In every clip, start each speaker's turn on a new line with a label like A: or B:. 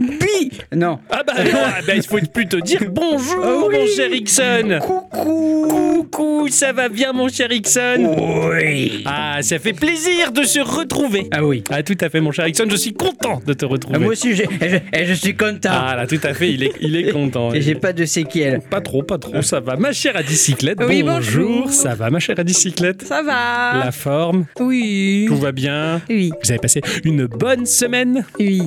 A: Oui, non.
B: Ah bah non, ah bah, il faut plus te dire bonjour
A: Oh oui.
B: mon cher Ixon
A: Coucou
B: Coucou, ça va bien mon cher Ixon
A: Oui
B: Ah, ça fait plaisir de se retrouver
A: Ah oui.
B: Ah tout à fait mon cher Ixon, je suis content de te retrouver
A: Ah, moi aussi, j'ai- et je, et je suis content.
B: Ah là, tout à fait, il est, il est content
A: Et j'ai pas de séquelles.
B: Pas trop, pas trop, ça va ma chère à bicyclette
C: Oui, bonjour.
B: Ça va ma chère à bicyclette
C: Ça va
B: La forme,
C: Oui.
B: tout va bien
C: Oui,
B: vous avez passé une bonne semaine
C: oui.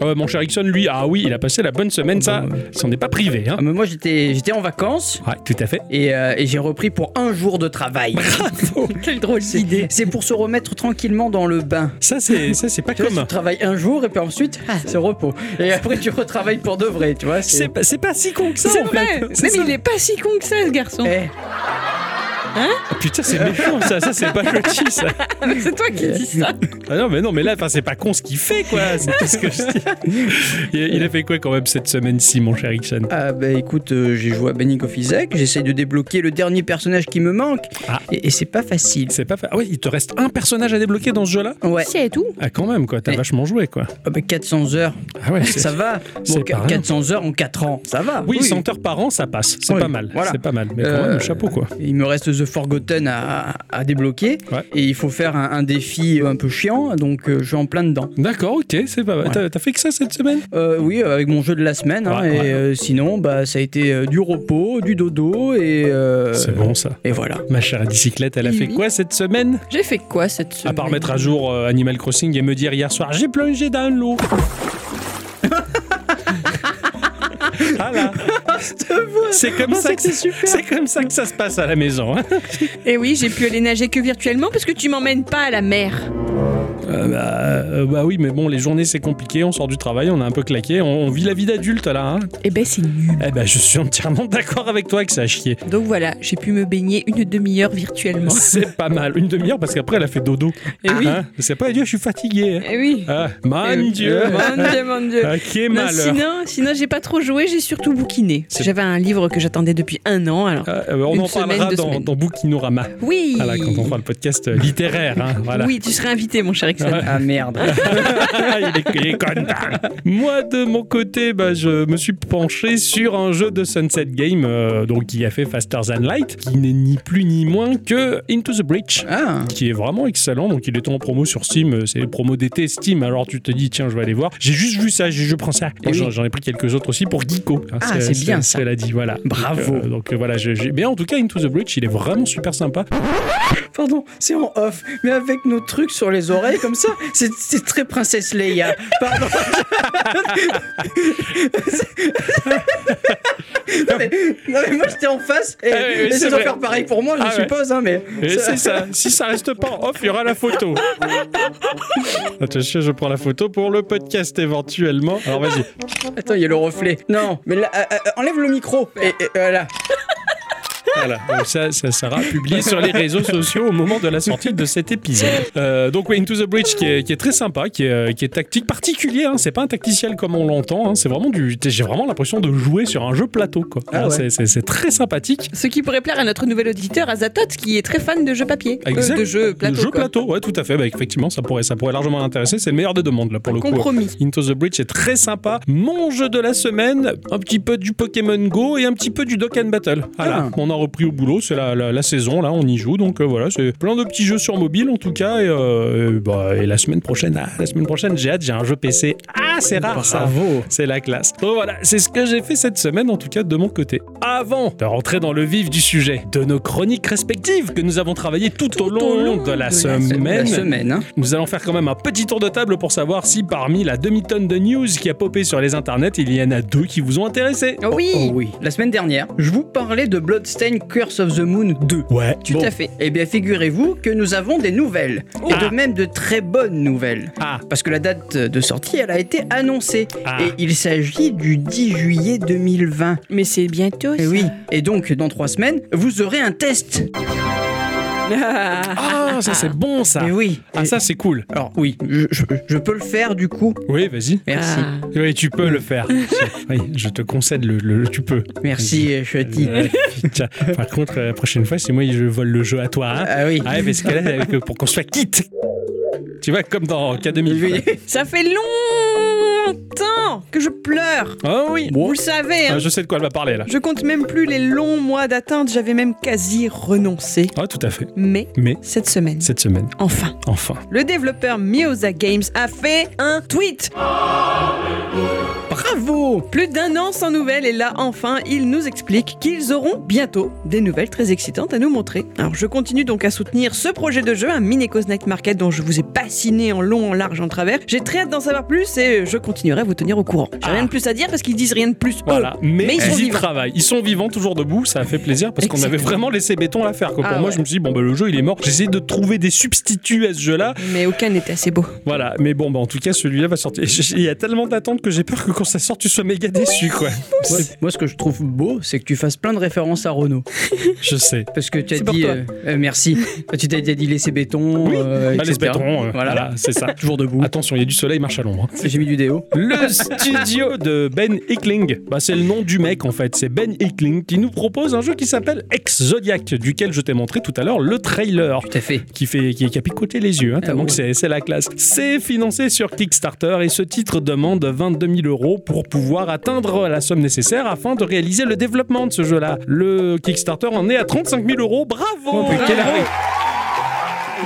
B: Ouais, Mon cher Ixon, lui, ah oui, il a passé la bonne semaine, ça, s'en est pas privé. Hein.
A: Ah, mais moi, j'étais j'étais en vacances
B: Ouais, tout à fait.
A: et, euh, et j'ai repris pour un jour de travail.
C: Quelle drôle d'idée.
A: C'est pour se remettre tranquillement dans le bain.
B: Ça, c'est, ça, c'est pas
A: Tu, vois,
B: commun.
A: tu travailles un jour et puis ensuite, ah, c'est repos. Et après, tu retravailles pour de vrai, tu vois.
B: C'est pas, c'est pas si con que ça.
C: C'est
B: en
C: vrai.
B: fait.
C: Même
B: C'est ça.
C: il est pas si con que ça, ce garçon.
A: Eh,
B: Ah, putain, c'est méchant ça. Ça, c'est pas gentil ça.
C: C'est toi qui dis ça.
A: euh,
B: Ah non, mais non, mais là, enfin, c'est pas con ce qu'il fait quoi. C'est tout ce que je dis. Il, il a fait quoi quand même cette semaine-ci, mon cher Ixon
A: Ah bah écoute, euh, j'ai joué à Banning of Isaac, j'essaye de débloquer le dernier personnage qui me manque,
B: Ah.
A: et, et c'est pas facile.
B: C'est pas. fa- Ah ouais, il te reste un personnage à débloquer dans ce jeu-là.
A: Ouais,
C: C'est tout.
B: Ah quand même quoi. T'as
A: Eh.
B: vachement joué quoi.
A: Ah bah 400 heures,
B: Ah ouais. c'est-
A: ça va.
B: c'est
A: Bon, qu-
B: pas rien.
A: 400 heures en 4 ans, ça va.
B: Oui, 100 heures par an, ça passe. C'est
A: Oui,
B: pas mal.
A: voilà.
B: C'est pas mal. Mais quand
A: Euh,
B: même, chapeau quoi.
A: Il me reste The Forgotten à, à débloquer,
B: Ouais.
A: et il faut faire un, un défi un peu chiant, donc euh, je suis en plein dedans.
B: D'accord, ok, c'est pas mal.
A: Voilà.
B: T'as- T'as fait que ça cette semaine
A: Euh, oui, avec mon jeu de la semaine, hein,
B: Ouais,
A: et
B: ouais.
A: euh, sinon, bah ça a été euh, du repos, du dodo, et... euh,
B: C'est bon ça.
A: Et voilà.
B: Ma chère bicyclette, elle a
C: Oui,
B: fait
C: oui.
B: quoi cette semaine
C: J'ai fait quoi cette semaine
B: À part mettre à jour euh, Animal Crossing et me dire hier soir j'ai plongé dans l'eau. ah là, c'est comme
C: Ah,
B: ça que c'est comme ça que ça se passe à la maison. hein.
C: Eh oui, j'ai pu aller nager que virtuellement parce que tu m'emmènes pas à la mer.
B: Euh, bah, euh, bah oui, mais bon, les journées c'est compliqué. On sort du travail, on a un peu claqué, on, on vit la vie d'adulte là. hein.
C: Eh ben, c'est nul.
B: Eh ben, je suis entièrement d'accord avec toi que ça a chier.
C: Donc voilà, j'ai pu me baigner une demi-heure virtuellement.
B: C'est pas mal, une demi-heure parce qu'après elle a fait dodo.
C: Eh oui.
B: Hein c'est pas Dieu, je suis fatigué.
C: Eh oui.
B: Ah, mon
C: Eh oui.
B: Dieu.
C: Mon Dieu, mon Dieu.
B: Ah, qui est
C: Non,
B: malheur.
C: sinon, sinon j'ai pas trop joué, j'ai surtout bouquiné.
B: C'est-
C: J'avais un livre que j'attendais depuis un an, alors.
B: Ah, euh, on
C: Une
B: en
C: semaine,
B: parlera
C: deux
B: dans,
C: semaines.
B: dans Bouquinorama.
C: Oui.
B: Voilà, Ah. quand on fera le podcast euh, littéraire. hein, voilà.
C: Oui, tu serais invité, mon cher Ixon.
A: Ah merde.
B: il, est, il est content. Moi, de mon côté, bah, je me suis penché sur un jeu de Sunset Game euh, donc, qui a fait Faster Than Light, qui n'est ni plus ni moins que Into the Breach.
A: Ah,
B: Qui est vraiment excellent, donc il est en promo sur Steam, euh, c'est les promos d'été Steam, alors tu te dis tiens je vais aller voir. J'ai juste vu ça, j'ai- je prends ça.
A: Eh oui.
B: J'en j'en ai pris quelques autres aussi pour Geeko. hein,
A: Ah, c'est bien ça.
B: Cela dit, voilà.
A: bravo.
B: Euh, donc euh, voilà, je- j'ai- mais en tout cas, Into the Breach, il est vraiment super sympa.
A: Pardon, c'est en off, mais avec nos trucs sur les oreilles comme ça, c'est- c'est très princesse Leia. Pardon. non, mais, non, mais moi j'étais en face et
B: Ah oui, oui,
A: et
B: c'est
A: ils vont
B: vrai.
A: faire pareil pour moi, je
B: Ah ouais.
A: suppose, hein, mais.
B: Et
A: ça-
B: c'est ça. Si ça reste pas en off, il y aura la photo. Attends, je je prends la photo pour le podcast éventuellement. Alors vas-y.
A: Attends, il y a le reflet. Non, mais là, euh, euh, enlève le micro. Et, et, voilà.
B: Voilà. Donc ça, ça sera publié sur les réseaux sociaux au moment de la sortie de cet épisode. Euh, donc ouais, Into the Breach qui est, qui est très sympa, qui est, euh, qui est tactique particulier. hein. C'est pas un tacticiel comme on l'entend. hein. C'est vraiment du. J'ai vraiment l'impression de jouer sur un jeu plateau. Quoi.
A: Ah
B: Alors,
A: ouais.
B: c'est- c'est- c'est très sympathique.
C: Ce qui pourrait plaire à notre nouvel auditeur, Azatot, qui est très fan de jeux papier. Euh,
B: Exact.
C: de jeux plateau.
B: le jeu
C: quoi.
B: plateau, ouais, tout à fait. Bah, effectivement, ça pourrait, ça pourrait largement l'intéresser. C'est le meilleur des deux mondes, là,
C: Bah,
B: pour le coup.
C: Compromis.
B: Into the Bridge est très sympa. Mon jeu de la semaine, un petit peu du Pokémon Go et un petit peu du Dock and Battle. Voilà,
A: Ah.
B: on a repris au boulot, c'est la, la- la saison, là, on y joue. Donc euh, voilà, c'est plein de petits jeux sur mobile en tout cas. Et, euh, et, bah, et la semaine prochaine, ah, la semaine prochaine, j'ai hâte, j'ai un jeu PC. Ah, c'est rare ça.
A: Bravo.
B: C'est la classe. Donc voilà, c'est ce que j'ai fait cette semaine, en tout cas de mon côté. Avant de rentrer dans le vif du sujet, de nos chroniques respectives que nous avons travaillées tout, au long, de, la,
A: La
B: semaine,
A: semaine, hein.
B: nous allons faire quand même un petit tour de table pour savoir si parmi la demi-tonne de news qui a popé sur les internets, il y en a deux qui vous ont intéressé.
C: Ah oui.
A: Oh oui. La semaine dernière, je vous parlais de Bloodstained Curse of the Moon 2.
B: Ouais.
C: Tout à fait.
A: Eh bien, figurez-vous que nous avons des nouvelles. Et
B: Ah.
A: de même de très bonnes nouvelles.
B: Ah,
A: Parce que la date de sortie, elle a été annoncée.
B: Ah.
A: Et il s'agit du 10 juillet 2020.
C: Mais c'est bientôt.
A: Et
B: Eh
C: ça.
A: Eh oui. Et donc, dans trois semaines, vous aurez un test.
C: Ah.
B: ah ça c'est bon ça.
A: Et Eh oui.
B: Ah
A: Et-
B: ça c'est cool.
A: Alors, oui, je, je- je peux le faire du coup.
B: Oui, vas-y.
A: Merci.
C: Ah.
B: Oui, tu peux le faire. Oui, je te concède le, le- tu peux.
A: Merci, Chuty.
B: Euh, tiens, par contre, la prochaine fois, c'est moi je vole le jeu à toi. hein.
A: Ah oui.
B: Ah ouais, parce que là, euh, que- pour qu'on soit quitte. tu vois, comme dans Academy.
A: Oui.
C: Ça fait longtemps que je pleure.
B: Ah oui.
C: Vous le savez, hein.
B: Ah, je sais de quoi elle va parler là.
C: Je compte même plus les longs mois d'attente, j'avais même quasi renoncé.
B: Ah, tout à fait.
C: Mais
B: Mais
C: cette semaine,
B: cette semaine,
C: enfin,
B: enfin.
C: le développeur Miosa Games a fait un tweet.
A: Bravo
C: Plus d'un an sans nouvelles et là enfin ils nous expliquent qu'ils auront bientôt des nouvelles très excitantes à nous montrer. Alors je continue donc à soutenir ce projet de jeu, un Mineco's Night Market dont je vous ai bassiné en long, en large, en travers. J'ai très hâte d'en savoir plus et je continuerai à vous tenir au courant. J'ai rien de plus à dire parce qu'ils disent rien de plus. eux.
B: Ah. Voilà, Euh, mais,
C: Mais ils
B: ils,
C: sont
B: y
C: vivants.
B: travaillent. Ils sont vivants, toujours debout. Ça a fait plaisir parce qu'on avait
C: Exactement.
B: vraiment laissé béton à faire. Quoi. Pour
C: Ah
B: moi,
C: ouais.
B: je me suis dit, bon, bah, le jeu, il est mort. J'essaie de trouver des substituts à ce jeu-là.
C: Oh. Mais aucun n'était assez beau.
B: Voilà, mais bon, bah, en tout cas, celui-là va sortir. Il y a tellement d'attentes que j'ai peur que quand ça sort, tu sois méga déçu, quoi.
A: moi,
B: C'est-
A: moi, ce que je trouve beau, c'est que tu fasses plein de références à Renault.
B: Je sais.
A: Parce que tu as
C: C'est pour
A: dit.
C: toi.
A: euh, euh, merci. tu t'as t'as dit laisser béton. euh,
B: Allez,
A: etc.
B: béton. euh,
A: Voilà.
B: voilà, c'est ça.
A: Toujours debout.
B: Attention, il y a du soleil, marche à l'ombre. hein.
A: J'ai mis du déo.
B: Le studio de Ben Hickling, bah, c'est le nom du mec en fait, c'est Ben Hickling qui nous propose un jeu qui s'appelle Ex Zodiac, duquel je t'ai montré tout à l'heure le trailer.
A: Tout à fait.
B: qui fait qui, qui a picoté les yeux, hein, tellement
A: ouais.
B: que c'est- c'est la classe. C'est financé sur Kickstarter et ce titre demande 22 000 euros pour pouvoir atteindre la somme nécessaire afin de réaliser le développement de ce jeu-là. Le Kickstarter en est à 35 000 euros, bravo
A: quel
B: Bravo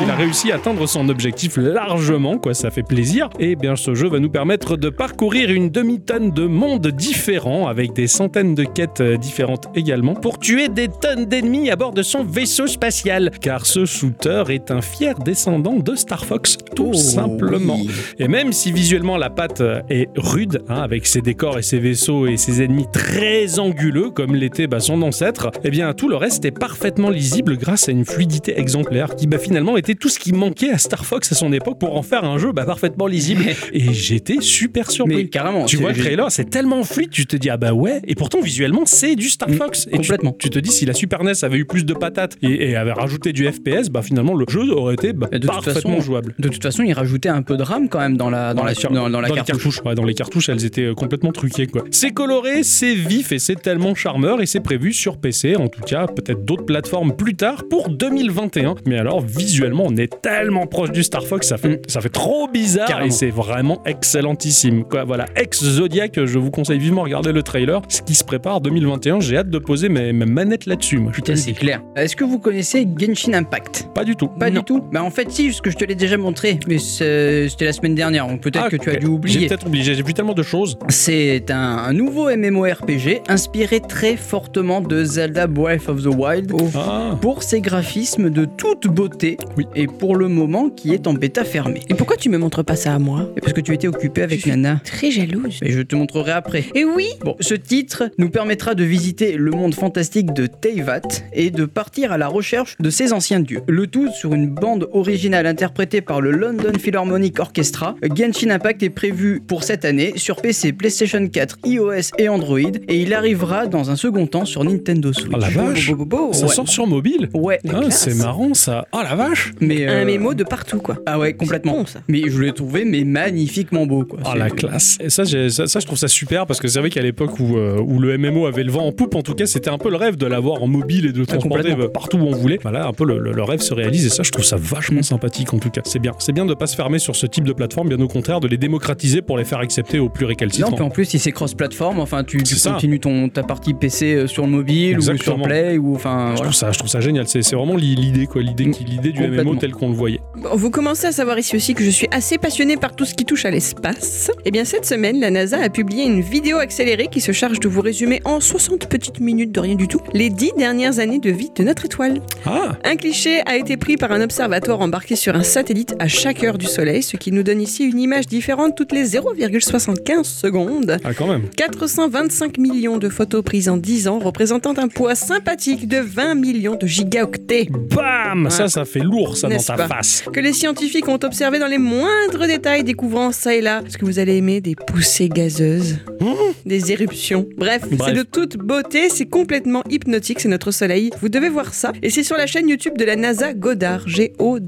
B: il a réussi à atteindre son objectif largement, quoi, ça fait plaisir. Et bien, ce jeu va nous permettre de parcourir une demi-tonne de mondes différents, avec des centaines de quêtes euh, différentes également, pour tuer des tonnes d'ennemis à bord de son vaisseau spatial. Car ce shooter est un fier descendant de Star Fox, tout
A: Oh,
B: simplement.
A: oui.
B: Et même si visuellement la patte euh, est rude, hein, avec ses décors et ses vaisseaux et ses ennemis très anguleux, comme l'était bah, son ancêtre, eh bien tout le reste est parfaitement lisible grâce à une fluidité exemplaire qui bah, finalement était tout ce qui manquait à Star Fox à son époque pour en faire un jeu bah, parfaitement lisible. Et j'étais super
A: Mais
B: surpris.
A: carrément.
B: Tu
A: c'est-
B: vois le
A: j'ai-
B: trailer, c'est tellement fluide, tu te dis ah bah ouais, et pourtant visuellement c'est du Star
A: Mm,
B: Fox. Et tu-
A: complètement.
B: Tu, te dis si la Super NES avait eu plus de patates et, et avait rajouté du FPS, bah finalement le jeu aurait été bah,
A: Et de toute
B: parfaitement
A: façon,
B: jouable
A: De toute façon, il rajoutait un peu de rame quand même dans la, dans la,
B: car-
A: dans, dans la
B: dans les
A: cartouche.
B: cartouches. Ouais, dans les cartouches, elles étaient euh, complètement truquées. quoi. C'est coloré, c'est vif et c'est tellement charmeur et c'est prévu sur PC, en tout cas peut-être d'autres plateformes plus tard pour 2021. Mais alors visuellement, on est tellement proche du Star Fox, ça fait,
A: Mm.
B: ça fait trop bizarre
A: Carrément.
B: et c'est vraiment excellentissime. Quoi. Voilà, ex Zodiac, je vous conseille vivement de regarder le trailer. Ce qui se prépare 2021, j'ai hâte de poser mes, mes manettes là-dessus. Moi, je te
A: Putain,
B: le
A: c'est
B: dis.
A: clair. Est-ce que vous connaissez Genshin Impact
B: pas du tout. Mm.
A: Pas
B: Non.
A: du tout. Bah en fait si, parce que je te l'ai déjà montré, mais c'est- c'était la semaine dernière, donc peut-être
B: Ah,
A: que tu
B: ok.
A: as dû
B: J'ai
A: oublier.
B: peut-être oublié, j'ai vu tellement de choses.
A: C'est un, un nouveau MMORPG inspiré très fortement de Zelda Breath of the Wild.
B: Ah.
A: Pour ses graphismes de toute beauté
B: Oui.
A: et pour le moment qui est en bêta fermée.
C: Et pourquoi tu me montres pas ça à moi
A: Et Parce que tu étais occupé avec Nana.
C: Très jalouse.
A: Mais je te montrerai après.
C: Et oui
A: Bon, ce titre nous permettra de visiter le monde fantastique de Teyvat et de partir à la recherche de ses anciens dieux. Le tout sur une bande originale interprétée par le London Philharmonic Orchestra. Genshin Impact est prévu pour cette année sur PC, PlayStation 4, iOS et Android et il arrivera dans un second temps sur Nintendo Switch.
B: Ah, la vache.
A: Bo- bo- bo- bo-
B: Ça
A: ouais.
B: sort sur mobile
A: Ouais,
B: Ah, c'est marrant ça. Oh la vache
A: mais euh,
C: Un mémo de partout quoi.
A: Ah ouais,
C: C'est
A: complètement.
C: bon, ça.
A: Mais je l'ai trouvé mais magnifiquement beau quoi.
B: Ah
A: C'est-
B: la classe. Et ça, j'ai- ça, ça, je trouve ça super parce que c'est vrai qu'à l'époque où, euh, où le MMO avait le vent en poupe, en tout cas, c'était un peu le rêve de l'avoir en mobile et de le transporter
A: Ah, complètement.
B: euh, partout où on voulait. Voilà, un peu le, le- le rêve se réalise et ça, je trouve ça vachement
A: Mm.
B: sympathique en tout cas. C'est bien. C'est bien de pas se fermer sur ce type de plateforme, bien au contraire, de les démocratiser pour les faire accepter aux plus
A: Non,
B: récalcitrants.
A: puis en plus, si c'est cross-platform, enfin, tu, tu
B: C'est ça.
A: continues ton, ta partie PC euh, sur le mobile ou
B: Exactement.
A: sur Play ou enfin.
B: je,
A: Voilà.
B: trouve ça, je trouve ça génial, c'est c'est vraiment l'i- l'idée quoi, l'idée qui- l'idée du
A: Complètement.
B: MMO tel qu'on le voyait.
C: Bon, vous commencez à savoir ici aussi que je suis assez passionnée par tout ce qui touche à l'espace. Eh bien, cette semaine, la NASA a publié une vidéo accélérée qui se charge de vous résumer en 60 petites minutes de rien du tout les 10 dernières années de vie de notre étoile.
B: Ah
C: Un cliché a été pris par un observatoire embarqué sur un satellite à chaque heure du Soleil, ce qui nous donne ici une image différente toutes les 0,75 secondes.
B: Ah quand même
C: 425 millions de photos prises en 10 ans, représentant un poids sympathique de 20 millions de gigaoctets.
B: Bam Ça, ça fait lourd ça dans
C: N'est-ce
B: ta
C: pas
B: face
C: que les scientifiques ont observé dans les moindres détails, découvrant ça et là ce que vous allez aimer des poussées gazeuses,
B: Mmh.
C: des éruptions. Bref,
B: Bref.
C: c'est de toute beauté, c'est complètement hypnotique, c'est notre soleil. Vous devez voir ça. Et c'est sur la chaîne YouTube de la NASA Goddard,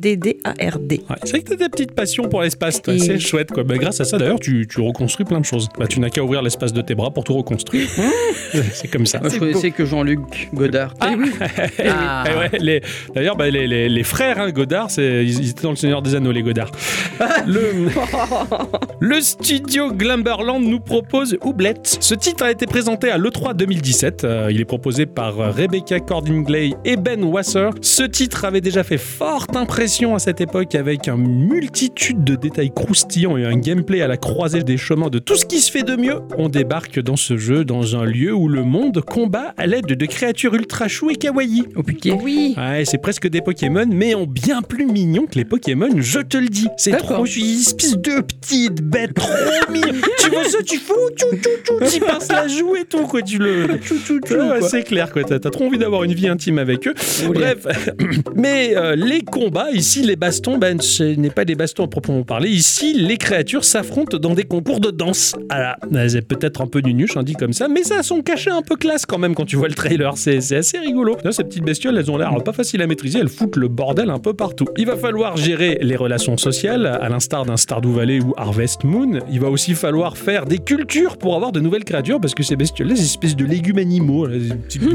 C: G-O-D-D-A-R-D.
B: Ouais, c'est vrai que t'as des petites passions pour l'espace, toi.
C: Et-
B: C'est chouette, quoi. Bah, grâce à ça, d'ailleurs, tu, tu reconstruis plein de choses. Bah, tu n'as qu'à ouvrir l'espace de tes bras pour tout reconstruire. c'est comme ça.
A: Moi, je
C: C'est
A: connaissais que Jean-Luc Godard.
B: Ah,
A: Ah.
B: Eh ouais, les- D'ailleurs, bah, les, les- les frères hein, Godard, c'est, ils ils étaient dans le Seigneur des Anneaux, les Godard. Le, le studio Glimberland nous propose Oublette. Ce titre a été présenté à l'E3 2017. Euh, il est proposé par euh, Rebecca Cordingley et Ben Wasser. Ce titre avait déjà fait forte impression à cette époque avec une multitude de détails croustillants et un gameplay à la croisée des chemins de tout ce qui se fait de mieux. On débarque dans ce jeu dans un lieu où le monde combat à l'aide de créatures ultra chou et kawaii.
A: Oh putain.
C: Oui.
B: Ouais, c'est presque des Pokémon, mais en bien plus mignon que les Pokémon, je te le dis. C'est
A: D'accord.
B: trop une espèce de petite bête trop mignonne. tu vois ça, tu fous, tu, tu, tu, tu passes la joue et tout, quoi. Tu le. Ah ouais,
A: quoi.
B: c'est clair, quoi. T'as t'as trop envie d'avoir une vie intime avec eux.
A: Oulé.
B: Bref, mais euh, les combats, ici, les bastons, ben, ce n'est pas des bastons à proprement parler. Ici, les créatures s'affrontent dans des concours de danse. Ah là, c'est peut-être un peu nunuche, hein, dit comme ça, mais ça a son cachet un peu classe quand même quand tu vois le trailer. C'est c'est assez rigolo. Là, ces petites bestioles, elles ont l'air pas faciles à maîtriser, elles foutent le bordel un peu partout. Il va falloir gérer les relations sociales, à l'instar d'un Stardew Valley ou Harvest Moon. Il va aussi falloir faire des cultures pour avoir de nouvelles créatures, parce que ces bestioles-là, ces espèces de légumes animaux, là, des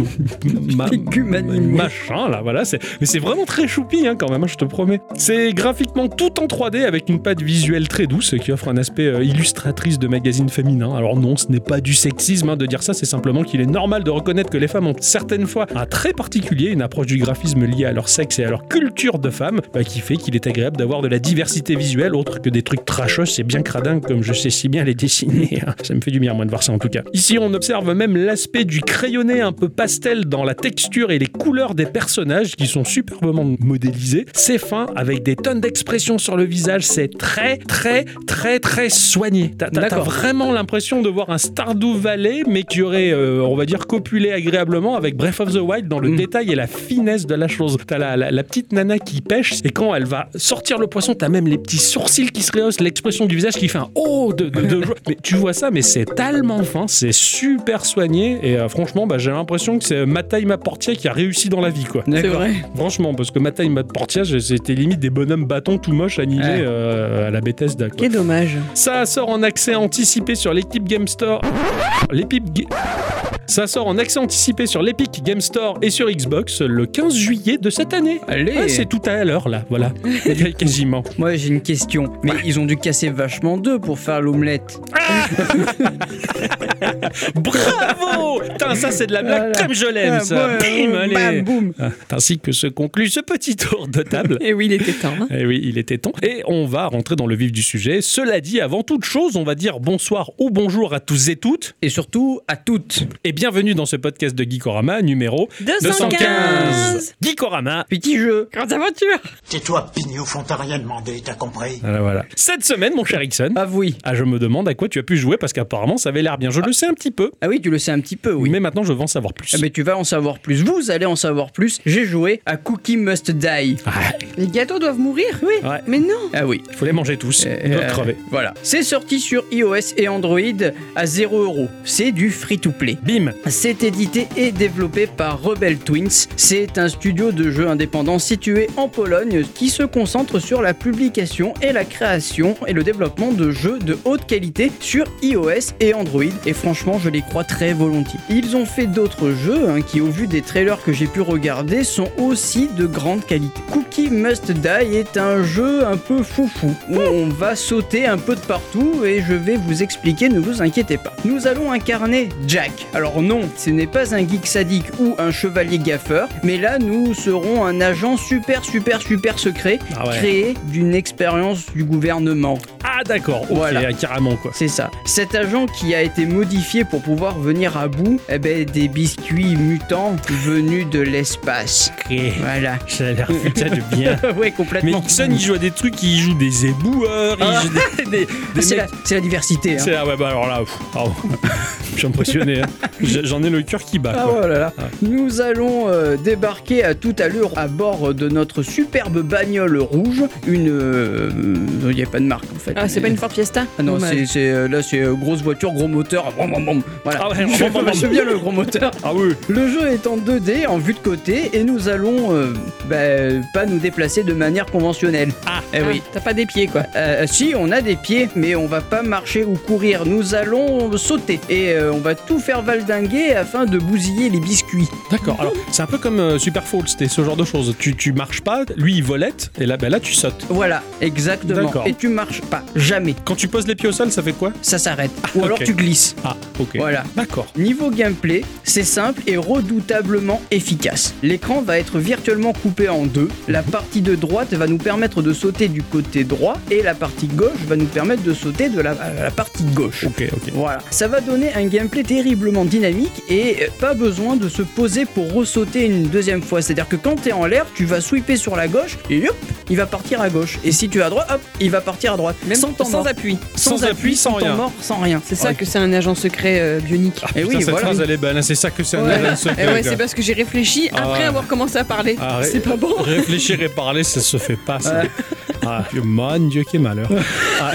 B: petites- ma-
A: Légumes animaux.
B: machin là voilà c'est mais c'est vraiment très choupi hein, quand même hein, je te promets c'est graphiquement tout en 3D avec une patte visuelle très douce qui offre un aspect euh, illustratrice de magazine féminin alors non ce n'est pas du sexisme hein, de dire ça c'est simplement qu'il est normal de reconnaître que les femmes ont certaines fois un trait particulier une approche du graphisme liée à leur sexe et à leur culture de femme bah, qui fait qu'il est agréable d'avoir de la diversité visuelle autre que des trucs trashos et bien cradins comme je sais si bien les dessiner hein. ça me fait du bien moi de voir ça en tout cas ici on observe même l'aspect du crayonné un peu pastel dans la texture et les couleurs des personnages qui sont superbement modélisés. C'est fin avec des tonnes d'expressions sur le visage. C'est très, très, très, très soigné. T'as t'as- t'as
A: D'accord.
B: vraiment l'impression de voir un Stardew Valley, mais qui aurait, euh, on va dire, copulé agréablement avec Breath of the Wild dans le
A: Mm.
B: détail et la finesse de la chose. T'as la, la- la petite nana qui pêche et quand elle va sortir le poisson, t'as même les petits sourcils qui se rehaussent, l'expression du visage qui fait un oh de, de- de joie. Mais tu vois ça, mais c'est tellement fin, c'est super soigné et euh, franchement, bah, j'ai l'impression que c'est Mataille ma portière qui a réussi dans la vie quoi.
C: C'est
A: D'accord.
C: vrai.
B: Franchement, parce que Mataille ma portière, c'était limite des bonhommes bâtons tout moches animés
A: Ouais.
B: euh, à la Bethesda. quoi.
C: Quel dommage.
B: Ça sort en accès anticipé sur l'Epic Game Store. L'Epic Ga- Ça sort en accès anticipé sur l'Epic Game Store et sur Xbox le 15 juillet de cette année.
A: Allez.
B: Ah, c'est tout à l'heure là, voilà. Quasiment.
A: Moi j'ai une question. Mais ils ont dû casser vachement deux pour faire l'omelette.
B: Bravo Putain, ça c'est de la blague
A: Voilà.
B: comme je l'aime
A: Ah,
B: Eh, ça.
A: ouais,
B: Bim,
A: ouais,
B: allez.
A: bam, boum.
B: Ah, Ainsi que se conclut ce petit tour de table.
C: Et oui, il était temps. hein.
B: Eh oui, il était temps. Et on va rentrer dans le vif du sujet. Cela dit, avant toute chose, on va dire bonsoir ou bonjour à tous et toutes.
A: Et surtout à toutes.
B: Et bienvenue dans ce podcast de Geekorama, numéro
C: 215
B: Geekorama
A: Petit jeu.
C: Grande aventure
D: Tais-toi, Pignoufon, t'as rien demandé, t'as compris
B: Voilà, voilà. Cette semaine, mon cher Ixon,
A: Ah oui.
B: ah, je me demande à quoi tu as pu jouer parce qu'apparemment ça avait l'air bien. Je le sais un petit peu,
A: Ah oui, tu le sais un petit peu, oui.
B: mais maintenant je veux en savoir plus.
A: Ah, Mais tu vas en savoir plus. Vous allez en savoir plus. J'ai joué à Cookie Must Die.
B: Ah,
C: Les gâteaux doivent mourir Oui.
B: Ouais.
C: Mais non
A: Ah oui.
B: il faut les manger tous,
A: Euh,
B: ils doivent
A: euh,
B: crever.
A: Voilà. C'est sorti sur iOS et Android à 0€. C'est du free-to-play.
B: Bim
A: C'est édité et développé par Rebel Twins. C'est un studio de jeux indépendants situé en Pologne qui se concentre sur la publication et la création et le développement de jeux de haute qualité sur iOS et Android. Et franchement, je les crois très volontiers. Ils ont fait d'autres jeux hein, qui, au vu des trailers que j'ai pu regarder, sont aussi de grande qualité. Cookie Must Die est un jeu un peu foufou où
B: Hmm.
A: on va sauter un peu de partout et je vais vous expliquer, ne vous inquiétez pas. Nous allons incarner Jack. Alors non, ce n'est pas un geek sadique ou un chevalier gaffeur, mais là nous serons un agent super super super secret
B: Ah ouais.
A: créé d'une expérience du gouvernement.
B: Ah d'accord, ok,
A: Voilà.
B: ah, carrément quoi.
A: C'est ça. Cet agent qui a été modifié pour pouvoir venir à bout eh ben, des biscuits mutants venus de l'espace.
B: Ok,
A: Voilà.
B: ça a l'air putain de bien.
A: ouais,
B: Mais
A: complètement.
B: Ixon, il joue à des trucs, il joue des éboueurs,
A: Ah.
B: il joue des- des, des
A: c'est
B: mecs-
A: la, c'est la diversité. hein.
B: C'est ah ouais, bah alors là, pff, pardon. je suis impressionné. hein. J'ai- J'en ai le cœur qui bat. quoi.
A: Ah ouais, là, là.
B: Ouais.
A: Nous allons euh, débarquer à toute allure à bord de notre superbe bagnole rouge. Une. euh, Il n'y a pas de marque en fait.
C: Ah, Ah, c'est pas une Ford Fiesta
A: Ah non,
C: Dommage.
A: c'est, c'est, euh, là c'est euh, grosse voiture, gros moteur. Brom, brom, brom. Voilà.
B: Ah ouais, brom,
A: je
B: brom,
A: me
B: brom.
A: souviens le gros moteur.
B: Ah oui.
A: Le jeu est en 2D, en vue de côté, et nous allons euh, bah, pas nous déplacer de manière conventionnelle.
B: Ah.
A: eh oui.
C: Ah, T'as pas des pieds, quoi.
A: Euh, si, on a des pieds, mais on va pas marcher ou courir. Nous allons sauter et euh, on va tout faire valdinguer afin de bousiller les biscuits.
B: D'accord. Alors, c'est un peu comme euh, Super Falls, c'était ce genre de choses. Tu, tu marches pas, lui il volette, et là, ben là tu sautes.
A: Voilà, exactement.
B: D'accord.
A: Et tu marches pas, jamais.
B: Quand tu poses les pieds au sol, ça fait quoi
A: Ça s'arrête. Ou alors
B: ok.
A: tu glisses.
B: Ah, ok.
A: Voilà.
B: D'accord.
A: Niveau gameplay, c'est simple et redoutablement efficace. L'écran va être virtuellement coupé en deux. La
B: Mhm.
A: partie de droite va nous permettre de sauter du côté droit et la partie gauche va nous permettre de sauter de la, à la partie gauche.
B: Ok, ok.
A: Voilà, ça va donner un gameplay terriblement dynamique et euh, pas besoin de se poser pour ressauter une deuxième fois. C'est-à-dire que quand t'es en l'air, tu vas sweeper sur la gauche et hop, il va partir à gauche. Et si tu es à droite, hop, il va partir à droite.
C: Même
A: sans temps
C: sans
A: mort.
C: appui.
B: sans appui, sans
A: temps
B: rien.
A: mort, sans rien. Ah
C: C'est ça que c'est un agent secret euh, bionique.
A: Et
B: Putain,
A: oui,
B: cette
A: voilà.
B: phrase elle est belle, hein. c'est ça que c'est un
C: Ouais.
B: event secret,
C: Eh ouais,
B: quoi.
C: c'est parce que j'ai réfléchi
B: Ah
C: après
B: ouais.
C: avoir commencé à parler.
B: Ah, ré-
C: c'est pas bon.
B: Réfléchir et parler, ça se fait pas. Ça.
A: Ouais.
B: Ah, Dieu, mon Dieu, quel malheur. Ah,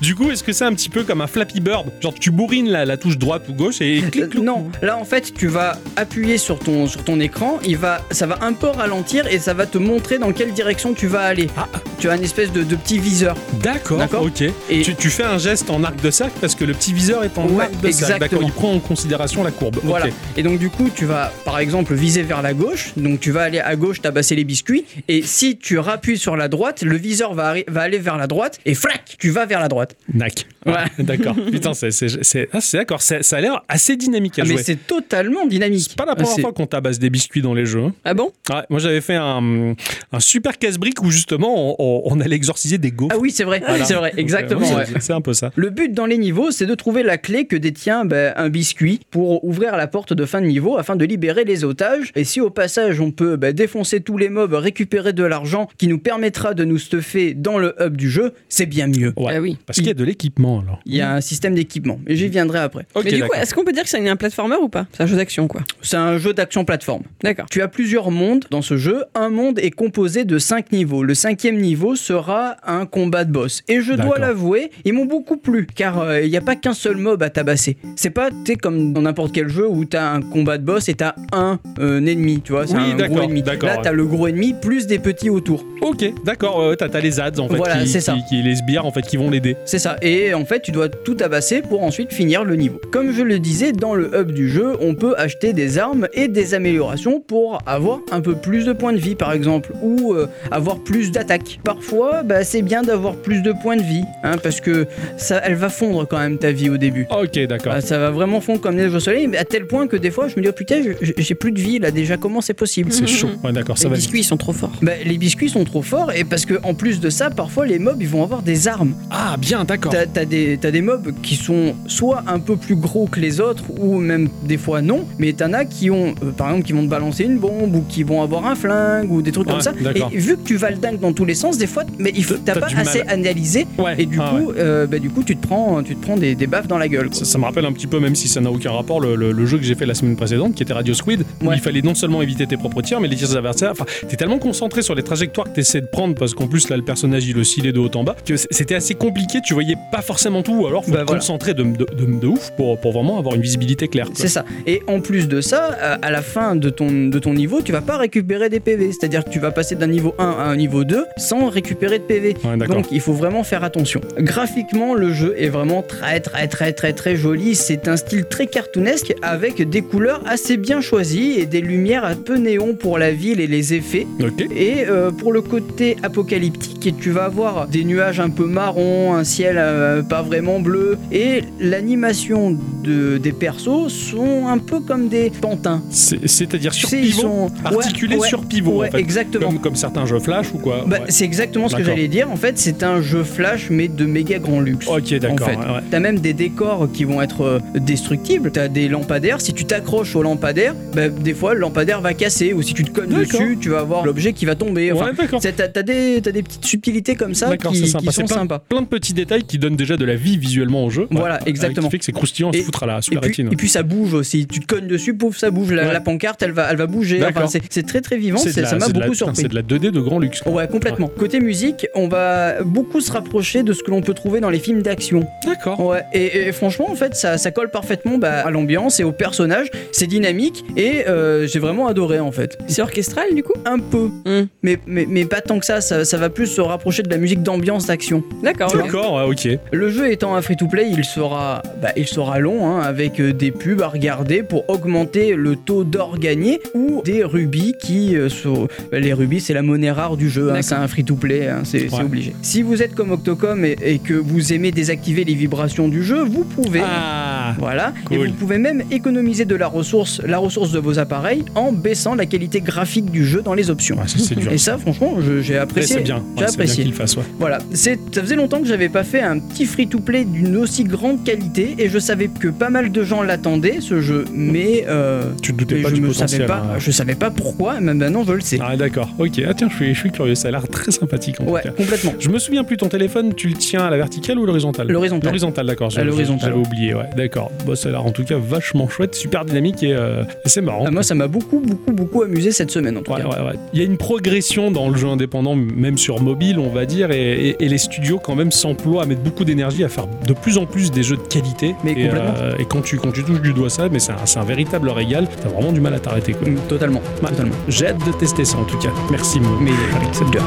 B: du coup, est-ce que c'est un petit peu comme un Flappy Bird Genre, tu bourrines la, la touche droite ou gauche et
A: Euh,
B: clic, clou.
A: non, là en fait tu vas appuyer sur ton, sur ton écran, il va, ça va un peu ralentir et ça va te montrer dans quelle direction tu vas aller.
B: Ah.
A: Tu as une espèce de, de petit viseur.
B: D'accord,
A: D'accord.
B: ok.
A: Et-
B: Tu, tu fais un geste en arc de cercle parce que le petit viseur est en
A: Ouais,
B: arc de cercle. D'accord,
A: exactement.
B: il prend en considération la courbe.
A: Voilà.
B: Ok.
A: Et donc du coup tu vas par exemple viser vers la gauche, donc tu vas aller à gauche tabasser les biscuits et si tu rappuies sur la droite, le viseur va, arri- va aller vers la droite et flac, tu vas vers la droite.
B: Nac.
A: Ouais.
B: D'accord. Putain, c'est c'est- c'est- ah, c'est d'accord. c'est- Ça a l'air assez dynamique à
A: Ah, mais
B: jouer.
A: c'est totalement dynamique.
B: Ah, C'est pas la première
A: C'est-
B: fois qu'on tabasse des biscuits dans les jeux. hein.
C: Ah bon
B: Ouais, moi, j'avais fait un, un super casse-brique où justement on, on- on allait exorciser des gaufres.
A: Ah oui, c'est vrai,
B: Voilà.
A: c'est vrai,
B: Donc, euh,
A: exactement.
B: ouais,
A: ouais.
B: c'est- C'est un peu ça.
A: Le but dans les niveaux, c'est de trouver la clé que détient ben, un biscuit pour ouvrir la porte de fin de niveau afin de libérer les otages. Et si au passage on peut ben, défoncer tous les mobs, récupérer de l'argent qui nous permettra de nous stuffer dans le hub du jeu, c'est bien mieux.
B: Ouais.
C: Ah oui.
B: Parce qu'il y a de l'équipement alors.
A: Il y a un système d'équipement, et j'y viendrai après.
B: Ok,
C: Mais du coup,
B: d'accord.
C: est-ce qu'on peut dire que c'est un platformer ou pas C'est un jeu d'action, quoi.
A: C'est un jeu d'action plateforme.
C: D'accord.
A: Tu as plusieurs mondes dans ce jeu. Un monde est composé de 5 niveaux. Le cinquième niveau sera un combat de boss. Et je dois
B: D'accord.
A: l'avouer, ils m'ont beaucoup plu, car euh, il n'y a pas qu'un seul mob à tabasser. C'est pas, tu sais, comme dans n'importe quel jeu où t'as un combat de boss et t'as un, euh, ennemi, tu vois, c'est
B: Oui,
A: un gros
B: d'accord,
A: ennemi.
B: d'accord,
A: Là,
B: ouais.
A: t'as le gros ennemi plus des petits autour.
B: Ok, d'accord. euh, t'as t'as les ads en fait,
A: Voilà,
B: qui,
A: c'est ça.
B: qui- qui- les sbires en fait, qui vont l'aider.
A: C'est ça. Et en fait, tu dois tout tabasser pour ensuite finir le niveau. Comme je le disais, dans le hub du jeu, on peut acheter des armes et des améliorations pour avoir un peu plus de points de vie, par exemple, ou euh, avoir plus d'attaques. Parfois, bah, c'est bien d'avoir plus de points de vie, hein, parce que ça, elle va fondre quand même ta vie au début.
B: Ok, d'accord.
A: Ah, ça va vraiment fondre comme neige au soleil, mais à tel point que des fois, je me dis, oh putain, je- je- j'ai plus de vie là déjà, comment c'est possible
B: c'est chaud. Ouais, d'accord, ça
C: Les
B: va. vite.
C: biscuits, ils sont trop forts.
A: Bah, les biscuits sont trop forts et parce que en plus de ça, parfois les mobs ils vont avoir des armes.
B: Ah, bien, d'accord.
A: T'as t'as des, t'as des mobs qui sont soit un peu plus gros que les autres, ou même des fois non, mais t'en as qui ont, euh, par exemple, qui vont te balancer une bombe, ou qui vont avoir un flingue, ou des trucs
B: Ouais,
A: comme ça.
B: d'accord.
A: Et vu que tu vas le dingue dans tous les sens, des fois, mais il faut- t'as
B: T'as- t'as
A: pas
B: du
A: assez
B: mal.
A: analysé,
B: Ouais.
A: et du,
B: Ah, ouais.
A: coup, euh, bah, du coup, tu te prends, tu te prends des, des baffes dans la gueule. quoi.
B: Ça, ça me rappelle un petit peu, même si ça n'a aucun rapport, le, le- le jeu que j'ai fait la semaine précédente, qui était Radio Squid, où
A: Ouais.
B: il fallait non seulement éviter tes propres tirs, mais les tirs des adversaires. Enfin, t'es tellement concentré sur les trajectoires que t'essaies de prendre, parce qu'en plus, là, le personnage, il le est de haut en bas, que c- c'était assez compliqué, tu voyais pas forcément tout, ou alors faut
A: Bah,
B: te
A: voilà.
B: concentrer de, de- de- de ouf pour, pour vraiment avoir une visibilité claire. quoi.
A: C'est ça. Et en plus de ça, euh, à la fin de ton, de ton niveau, tu vas pas récupérer des PV. C'est-à-dire que tu vas passer d'un niveau 1 à un niveau 2 sans récupérer de PV.
B: Ouais, d'accord.
A: Donc il faut vraiment faire attention. Graphiquement, le jeu est vraiment très très très très très joli. C'est un style très cartoonesque avec des couleurs assez bien choisies et des lumières un peu néon pour la ville et les effets.
B: Ok.
A: Et euh, pour le côté apocalyptique, tu vas avoir des nuages un peu marron, un ciel euh, pas vraiment bleu, et l'animation de, des persos sont un peu comme des pantins.
B: C'est- C'est-à-dire sur
A: Tu sais,
B: pivot,
A: sont
B: articulé
A: Ouais, ouais,
B: sur pivot,
A: ouais,
B: en fait.
A: exactement.
B: Comme, comme certains jeux Flash ou quoi.
A: Bah,
B: Ouais.
A: C'est exactement ce que
B: D'accord.
A: j'allais dire. En fait, c'est un jeu flash, mais de méga grand luxe.
B: Ok, d'accord.
A: en fait.
B: ouais, ouais.
A: T'as même des décors qui vont être euh, destructibles. T'as des lampadaires. Si tu t'accroches au lampadaire, bah, des fois le lampadaire va casser. Ou si tu te cognes
B: D'accord.
A: dessus, tu vas avoir l'objet qui va tomber. Enfin,
B: Ouais, d'accord.
A: c'est- t'as t'as des, t'as des petites subtilités comme ça
B: D'accord,
A: qui,
B: c'est sympa.
A: qui
B: C'est
A: sont
B: pas-
A: sympas.
B: Plein de petits détails qui donnent déjà de la vie visuellement au jeu.
A: Voilà,
B: Ouais.
A: exactement.
B: Qui fait que c'est croustillant à se
A: Et
B: foutre à la, sous
A: Et
B: la
A: puis,
B: rétine. hein.
A: et puis ça bouge aussi. Tu te cognes dessus, pouf, ça bouge. La,
B: Ouais.
A: la pancarte, elle va, elle va bouger.
B: D'accord.
A: Enfin, c'est c'est très très vivant.
B: C'est de
A: c'est-
B: la-
A: Ça m'a
B: c'est de la-
A: beaucoup
B: putain,
A: surpris.
B: C'est de la 2D de grand luxe.
A: Ouais, complètement. Côté musique, on va beaucoup se rapprocher de ce que l'on peut trouver dans les films d'action.
B: D'accord.
A: Ouais, et, et franchement, en fait, ça, ça colle parfaitement bah, à l'ambiance et au personnage. C'est dynamique et euh, j'ai vraiment adoré en fait.
C: C'est orchestral du coup
A: Un peu,
C: Hmm.
A: mais, mais, mais pas tant que ça, ça. ça va plus se rapprocher de la musique d'ambiance d'action.
C: D'accord. ok.
B: D'accord, ouais, hein, ok.
A: Le jeu étant un free-to-play, il sera, bah, il sera long, hein, avec euh, des pubs à regarder pour augmenter le taux d'or gagné ou des rubis qui euh, sont. bah, les rubis, c'est la monnaie rare du jeu, hein,
C: D'accord.
A: c'est un free-to-play, hein, c'est c'est
B: Ouais.
A: obligé. Si vous êtes comme Octocom et, et que vous aimez désactiver les vibrations du jeu, vous pouvez.
B: Ah
A: Voilà,
B: Cool.
A: et vous pouvez même économiser de la ressource, la ressource de vos appareils en baissant la qualité graphique du jeu dans les options.
B: Ouais, ça, c'est dur.
A: Et ça, franchement, je- j'ai
B: Ouais,
A: apprécié.
B: c'est bien.
A: J'ai
B: Ouais, c'est bien
A: apprécié.
B: qu'il le fasse, ouais.
A: Voilà, c'est- ça faisait longtemps que j'avais pas fait un petit free-to-play d'une aussi grande qualité et je savais que pas mal de gens l'attendaient ce jeu, mais, euh,
B: Tu te doutais
A: mais
B: pas
A: je
B: du
A: ne
B: potentiel.
A: savais pas,
B: hein.
A: je savais pas pourquoi, mais maintenant je le sais.
B: Ah, d'accord. Ok. Ah, tiens, je suis, je suis curieux. Ça a l'air très sympathique, en
A: ouais,
B: tout cas.
A: complètement.
B: Je me souviens plus, ton téléphone, tu le tiens à la verticale ou à l'horizontale
A: L'horizontal.
B: L'horizontale, d'accord. j'avais-
A: l'horizontale.
B: J'avais oublié, ouais. D'accord. Bon, ça a l'air en tout cas vachement chouette, super dynamique et, euh, et c'est marrant.
A: Ah, moi, ça m'a beaucoup, beaucoup, beaucoup amusé cette semaine en tout
B: Ouais,
A: cas.
B: ouais, ouais. Il y a une progression dans le jeu indépendant, même sur mobile, on va dire, et, et- et les studios quand même s'emploient à mettre beaucoup d'énergie à faire de plus en plus des jeux de qualité.
A: Mais
B: et, euh,
A: complètement.
B: et quand tu, quand tu touches du doigt ça, mais c'est un, c'est un véritable régal. T'as vraiment du mal à t'arrêter. quoi.
A: Mm, Totalement,
B: Ouais.
A: totalement.
B: J'ai hâte de tester ça en tout cas. Merci, Mo.
A: Mais euh, c'est de rien.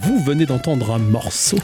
B: Vous venez d'entendre un morceau,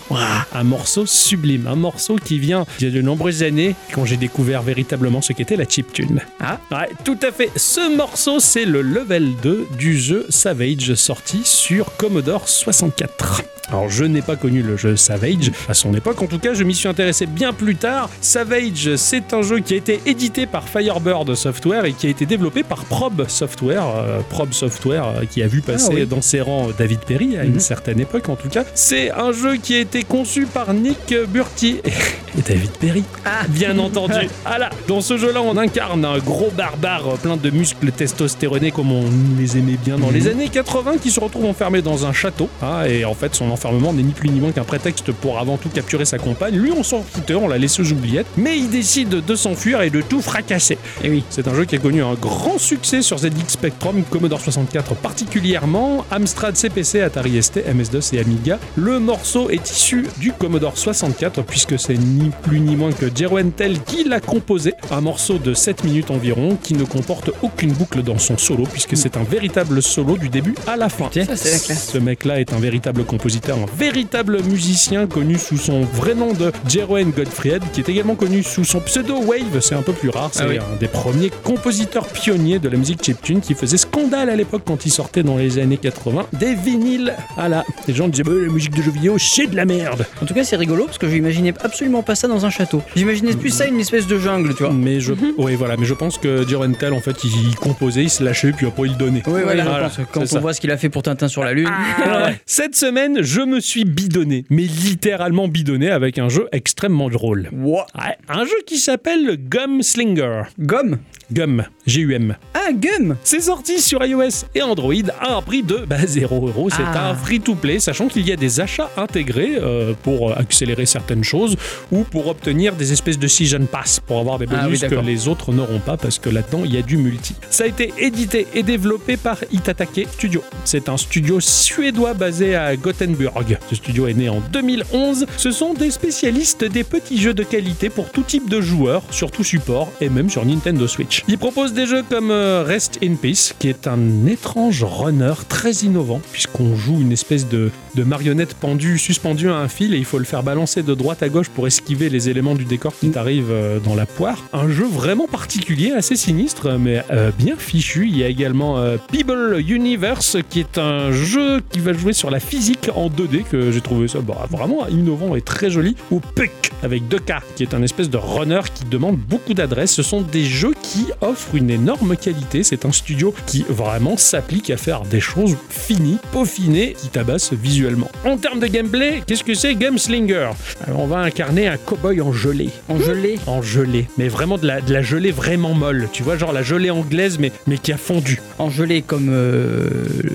B: un morceau sublime, un morceau qui vient d'il y a de nombreuses années quand j'ai découvert véritablement ce qu'était la chiptune.
A: Ah.
B: Ouais, tout à fait. Ce morceau, c'est le level 2 du jeu Savage sorti sur Commodore 64. Alors je n'ai pas connu le jeu Savage à son époque, en tout cas je m'y suis intéressé bien plus tard. Savage, c'est un jeu qui a été édité par Firebird Software et qui a été développé par Probe Software, euh, Probe Software euh, qui a vu passer
A: Ah oui.
B: dans ses rangs David Perry à une
A: Mhm.
B: certaine époque en tout cas. C'est un jeu qui a été conçu par Nick Burti et David Perry.
A: Ah.
B: Bien entendu. Ah là, dans ce jeu-là, on incarne un gros barbare euh, plein de muscles testostéronés comme on les aimait bien dans les années 80 qui se retrouve enfermé dans un château. Ah, et en fait, son enfermement n'est ni plus ni moins qu'un prétexte pour avant tout capturer sa compagne. Lui, on s'en foutait, on l'a laissé aux oubliettes, mais il décide de s'enfuir et de tout fracasser.
A: Et oui.
B: C'est un jeu qui a connu hein, un grand succès sur ZX Spectrum, Commodore 64 particulièrement, Amstrad CPC, Atari ST, MS-DOS et Amiga. Le morceau est issu du Commodore 64 puisque c'est ni plus ni moins que Jeroen Tell qui l'a composé. Un morceau de 7 minutes environ qui ne comporte aucune boucle dans son solo puisque c'est un véritable solo du début à la fin.
A: Putain.
C: Ça, c'est la classe.
B: Ce mec-là est un véritable compositeur, un véritable musicien connu sous son vrai nom de Jeroen Gottfried, qui est également connu sous son pseudo Wave, c'est un peu plus rare, c'est
A: Ah oui.
B: un des premiers compositeurs pionniers de la musique chiptune qui faisait scandale à l'époque quand il sortait dans les années 80 des vinyles. Ah là, les gens disaient, Bah, la musique de jeux vidéo, c'est de la merde.
A: En tout cas, c'est rigolo parce que j'imaginais absolument pas ça dans un château. J'imaginais plus ça une espèce de jungle, tu vois.
B: Mais je, ouais, voilà, mais je pense que Jeroen Tell, en fait, il composait, il se lâchait, puis après il donnait.
A: Oui, voilà, je
B: Voilà,
A: pense que Quand on
B: c'est ça.
A: voit ce qu'il a fait pour Tintin sur la Lune.
B: Ah. Cette semaine, je me suis bidonné, mais littéralement bidonné avec un jeu extrêmement drôle.
A: Wow.
B: Ouais, un jeu qui s'appelle Gumslinger.
A: Gomme
B: Gum, G-U-M.
A: Ah, gomme
B: C'est sorti sur iOS et Android à un prix de bah, 0 euros. C'est
A: Ah.
B: un free-to-play, sachant qu'il y a des achats intégrés euh, pour accélérer certaines choses ou pour obtenir des espèces de season pass pour avoir des
A: Ah oui,
B: bonus que
A: d'accord.
B: les autres n'auront pas parce que là-dedans il y a du multi. Ça a été édité et développé par Itatake Studio. C'est un studio suédois basé à Gothenburg. Ce studio est né en 2011. Ce sont des spécialistes des petits jeux de qualité pour tout type de joueurs, sur tout support et même sur Nintendo Switch. Ils proposent des jeux comme euh, Rest in Peace, qui est un étrange runner très innovant, puisqu'on joue une espèce de, de marionnette pendue, suspendue à un fil, et il faut le faire balancer de droite à gauche pour esquiver les éléments du décor qui t'arrivent euh, dans la poire. Un jeu vraiment particulier, assez sinistre, mais euh, bien fichu. Il y a également euh, People Universe, qui est un jeu qui va jouer sur la physique en 2D, que j'ai trouvé ça bah, vraiment innovant et très joli. Ou Puck, avec 2K, qui est un espèce de runner qui demande beaucoup d'adresse. Ce sont des jeux qui offrent une énorme qualité. C'est un studio qui vraiment s'applique à faire des choses finies, peaufinées, qui tabassent visuellement. En termes de gameplay, qu'est-ce que c'est Gameslinger Alors, On va incarner un cowboy en gelée
A: En gelée
B: en gelée, mais vraiment de la, de la gelée vraiment molle, tu vois, genre la gelée anglaise, mais, mais qui a fondu.
A: En gelée comme euh,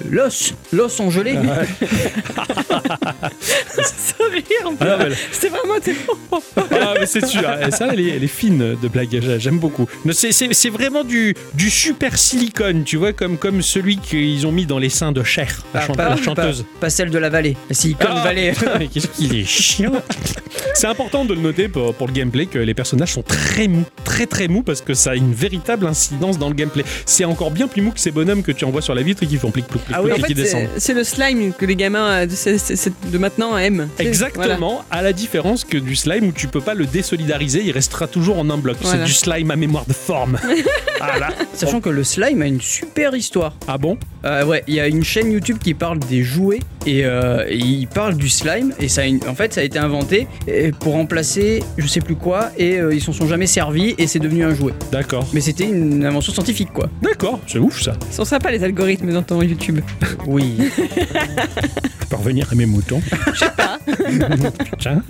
A: l'os L'os en gelée
B: Ah,
C: Ça rire en plus.
B: Ah, voilà.
C: C'est vraiment tellement.
B: Ah, mais c'est sûr, Ah, ça, elle est, elle est fine de blague, j'a- j'aime beaucoup. Mais c'est- C'est c'est vraiment du, du super silicone, tu vois, comme, comme celui qu'ils ont mis dans les seins de Cher, la,
A: Ah,
B: chante-
A: pas,
B: la
A: pas-
B: chanteuse.
A: Pas, celle de la vallée. Si, comme
B: Ah,
A: vallée.
B: putain, mais qu'est-ce qu'il est chiant C'est important de le noter pour, pour le gameplay que les personnages sont très mous, très très mous parce que ça a une véritable incidence dans le gameplay. C'est encore bien plus mou que ces bonhommes que tu envoies sur la vitre et qui font plic plic plic,
A: Ah oui,
B: plic
C: En
B: et qui
C: fait,
B: descendent.
C: c'est- c'est le slime que les gamins euh, de, c'est- c'est- c'est- de maintenant aiment. C'est- voilà.
B: Exactement, à la différence que du slime où tu peux pas le désolidariser, il restera toujours en un bloc.
C: Voilà.
B: C'est du slime à mémoire de forme. ah, là.
A: Sachant que le slime a une super histoire.
B: ah bon
A: Euh, ouais, il y a une chaîne YouTube qui parle des jouets et euh, et il parle du slime et ça a une- en fait ça a été inventé euh, pour remplacer je sais plus quoi et euh, ils s'en sont jamais servis et c'est devenu un jouet.
B: D'accord.
A: Mais c'était une invention scientifique quoi.
B: D'accord, c'est ouf ça.
C: Ils sont sympas les algorithmes dans ton YouTube.
A: Oui.
B: Je peux revenir à mes moutons. Je sais pas. Putain.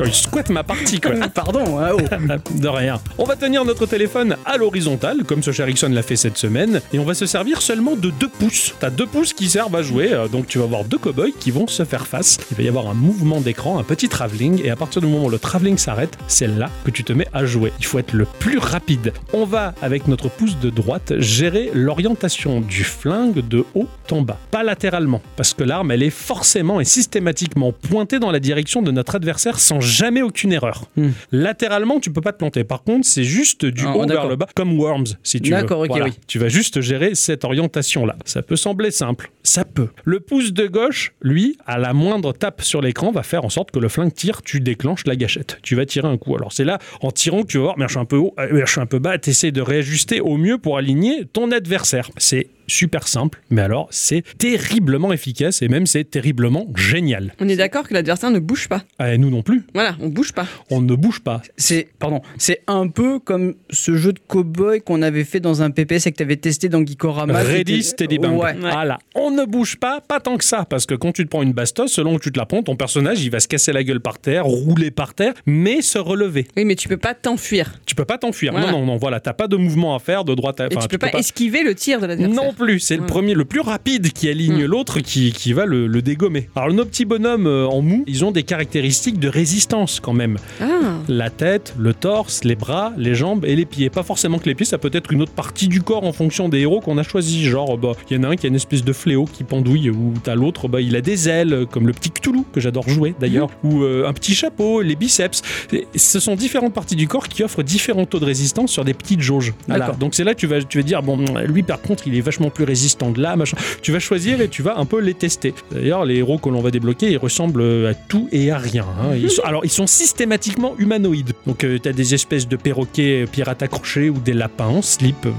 B: Oh, Il squatte ma partie quoi.
A: Pardon. hein, oh.
B: De rien. On va tenir notre téléphone à l'horizontale, comme ce cher Ixon l'a fait cette semaine, et on va se servir seulement de deux pouces. T'as deux pouces qui servent à jouer, euh, donc tu vas avoir deux cow-boys qui vont se faire face. Il va y avoir un mouvement d'écran, un petit travelling, et à partir du moment où le travelling s'arrête, c'est là que tu te mets à jouer. Il faut être le plus rapide. On va, avec notre pouce de droite, gérer l'orientation du flingue de haut en bas, pas latéralement, parce que l'arme, elle est forcément et systématiquement pointée dans la direction de notre adversaire sans jamais aucune erreur.
A: Hmm.
B: Latéralement, tu peux pas te planter. Par contre, c'est juste du
A: Ah,
B: haut vers
A: d'accord.
B: le bas, comme Worms, si tu veux.
A: D'accord, ok,
B: Voilà.
A: oui.
B: Tu vas juste gérer cette orientation-là. Ça peut sembler simple, ça peut. Le pouce de gauche, lui, à la moindre tape sur l'écran, va faire en sorte que le flingue tire, tu déclenches la gâchette. Tu vas tirer un coup. Alors c'est là, en tirant, que tu vas voir, mais je suis un peu haut, euh, je suis un peu bas, t'essaies de réajuster au mieux pour aligner ton adversaire. C'est super simple, mais alors c'est terriblement efficace et même c'est terriblement génial.
C: On est d'accord que l'adversaire ne bouge pas.
B: Ah, et nous non plus,
C: Voilà, on bouge pas.
B: on ne bouge pas.
A: C'est pardon, c'est un peu comme ce jeu de cowboy qu'on avait fait dans un PPS et que tu avais testé dans Gikorama.
B: Ready,
A: c'était
B: steady, bang.
A: Ouais.
C: Ouais.
B: Voilà. On ne bouge pas, pas tant que ça, parce que quand tu te prends une bastos, selon où tu te la prends, ton personnage, il va se casser la gueule par terre, rouler par terre, mais se relever.
C: Oui, mais tu peux pas t'enfuir.
B: Tu peux pas t'enfuir.
C: Voilà.
B: Non, non, non, voilà, t'as pas de mouvement à faire de droite à
C: Et
B: enfin,
C: tu peux pas esquiver le tir de l'adversaire.
B: Non plus, c'est le
C: Ouais. Mm.
B: premier, le plus rapide qui aligne l'autre qui, qui va le, le dégommer. Alors nos petits bonhommes euh, en mou, ils ont des caractéristiques de résistance quand même.
C: Ah,
B: La tête, le torse, les bras, les jambes et les pieds. Pas forcément que les pieds, ça peut être une autre partie du corps en fonction des héros qu'on a choisi. Genre, bah, il y en a un qui a une espèce de fléau qui pendouille, ou t'as l'autre, bah, il a des ailes, euh, comme le petit Cthulhu que j'adore jouer d'ailleurs, ou euh, un petit chapeau, les biceps. Et Ce sont différentes parties du corps qui offrent différents taux de résistance sur des petites jauges. Voilà.
A: D'accord.
B: Donc c'est là que tu vas, tu vas dire, bon, lui par contre, il est vachement plus résistant de là, machin. Tu vas choisir et tu vas un peu les tester. D'ailleurs, les héros que l'on va débloquer, ils ressemblent à tout et à rien. hein. Ils sont- alors, ils sont systématiquement humanoïdes. Donc, tu as des espèces de perroquets euh, pirates accrochés ou des lapins en slip, euh,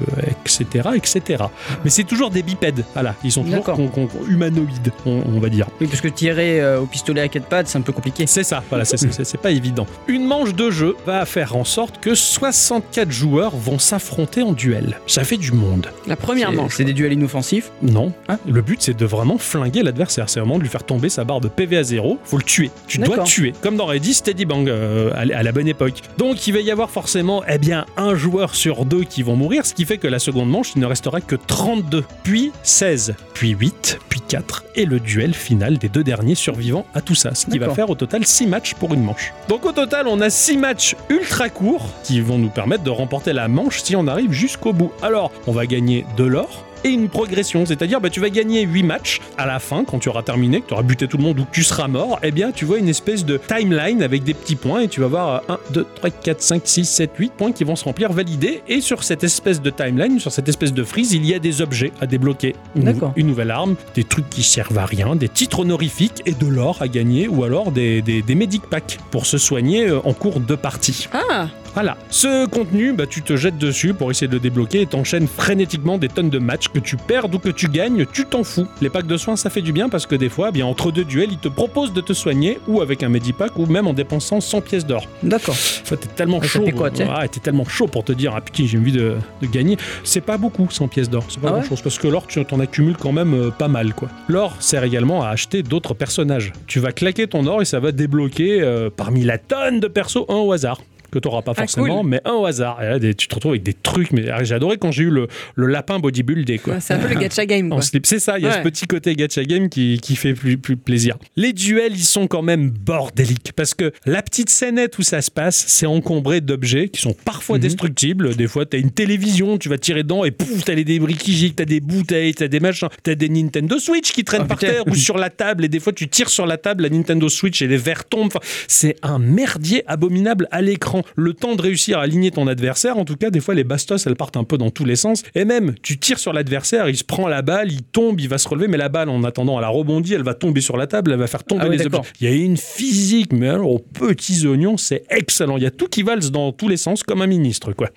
B: etc., etc. Mais c'est toujours des bipèdes. Voilà, ils sont toujours
A: D'accord.
B: con- con- humanoïdes, on- on va dire.
A: Oui, parce que tirer euh, au pistolet à quatre pattes, c'est un peu compliqué.
B: C'est ça, voilà, c'est- c'est c'est pas évident. Une manche de jeu va faire en sorte que 64 joueurs vont s'affronter en duel. Ça fait du monde.
C: la première
A: C'est-
C: manche.
A: C'est des duels inoffensifs.
B: Non, hein, le but c'est de vraiment flinguer l'adversaire, c'est vraiment de lui faire tomber sa barre de PV à zéro, faut le tuer, tu dois
A: D'accord.
B: tuer, comme dans Ready Steady Bang euh, à l- à la bonne époque. Donc il va y avoir forcément eh bien, un joueur sur deux qui vont mourir, ce qui fait que la seconde manche il ne restera que 32, puis 16, puis 8, puis 4, et le duel final des deux derniers survivants à tout ça, ce qui va
A: D'accord.
B: faire au total 6 matchs pour une manche. Donc au total on a 6 matchs ultra courts qui vont nous permettre de remporter la manche si on arrive jusqu'au bout. Alors on va gagner de l'or, et une progression. C'est-à-dire, bah, tu vas gagner 8 matchs. À la fin, quand tu auras terminé, que tu auras buté tout le monde ou que tu seras mort, eh bien, tu vois une espèce de timeline avec des petits points et tu vas voir 1, 2, 3, 4, 5, 6, 7, 8 points qui vont se remplir, validés. Et sur cette espèce de timeline, sur cette espèce de frise, il y a des objets à débloquer. Une,
A: D'accord.
B: une nouvelle arme, des trucs qui servent à rien, des titres honorifiques et de l'or à gagner ou alors des, des, des medic packs pour se soigner euh, en cours de partie.
C: Ah,
B: Voilà, ce contenu, bah, tu te jettes dessus pour essayer de le débloquer et t'enchaînes frénétiquement des tonnes de matchs que tu perds ou que tu gagnes, tu t'en fous. Les packs de soins, ça fait du bien parce que des fois, eh bien entre deux duels, ils te proposent de te soigner ou avec un medipack ou même en dépensant 100 pièces d'or.
A: D'accord.
B: Enfin, t'es tellement
A: Ah, ça
B: chaud.
A: fait quoi, tu sais
B: ah, t'es tellement chaud pour te dire, ah putain, j'ai envie de, de gagner. C'est pas beaucoup, 100 pièces d'or. C'est pas
A: Ah ouais
B: grand chose. Parce que l'or, tu t'en accumules quand même euh, pas mal, quoi. L'or sert également à acheter d'autres personnages. Tu vas claquer ton or et ça va débloquer euh, parmi la tonne de persos un au hasard que t'auras pas
C: Ah,
B: forcément, mais un au hasard. Et là, des- tu te retrouves avec des trucs, mais ah, j'ai adoré quand j'ai eu le, le lapin bodybuildé, quoi.
C: c'est un peu le gacha game,
B: En
C: quoi.
B: slip, c'est ça, il y a
C: Ouais.
B: ce petit côté gacha game qui, qui fait plus, plus plaisir. Les duels, ils sont quand même bordéliques, parce que la petite scénette où ça se passe, c'est encombré d'objets qui sont parfois
A: Mhm.
B: destructibles. Des fois, t'as une télévision, tu vas tirer dedans et pouf, t'as les débris qui giclent, t'as des bouteilles, t'as des machins, t'as des Nintendo Switch qui
C: Oh,
B: traînent
A: Ah,
B: par
A: putain.
B: terre ou sur la table, et des fois, tu tires sur la table la Nintendo Switch et les verres tombent. Enfin, c'est un merdier abominable à l'écran. Le temps de réussir à aligner ton adversaire, en tout cas, des fois, les bastos, elles partent un peu dans tous les sens. Et même, tu tires sur l'adversaire, il se prend la balle, il tombe, il va se relever, mais la balle, en attendant, elle a rebondi, elle va tomber sur la table, elle va faire tomber
A: Ah oui,
B: les objets.
A: d'accord.
B: Il y a une physique, mais alors, aux petits oignons, c'est excellent. Il y a tout qui valse dans tous les sens, comme un ministre, quoi.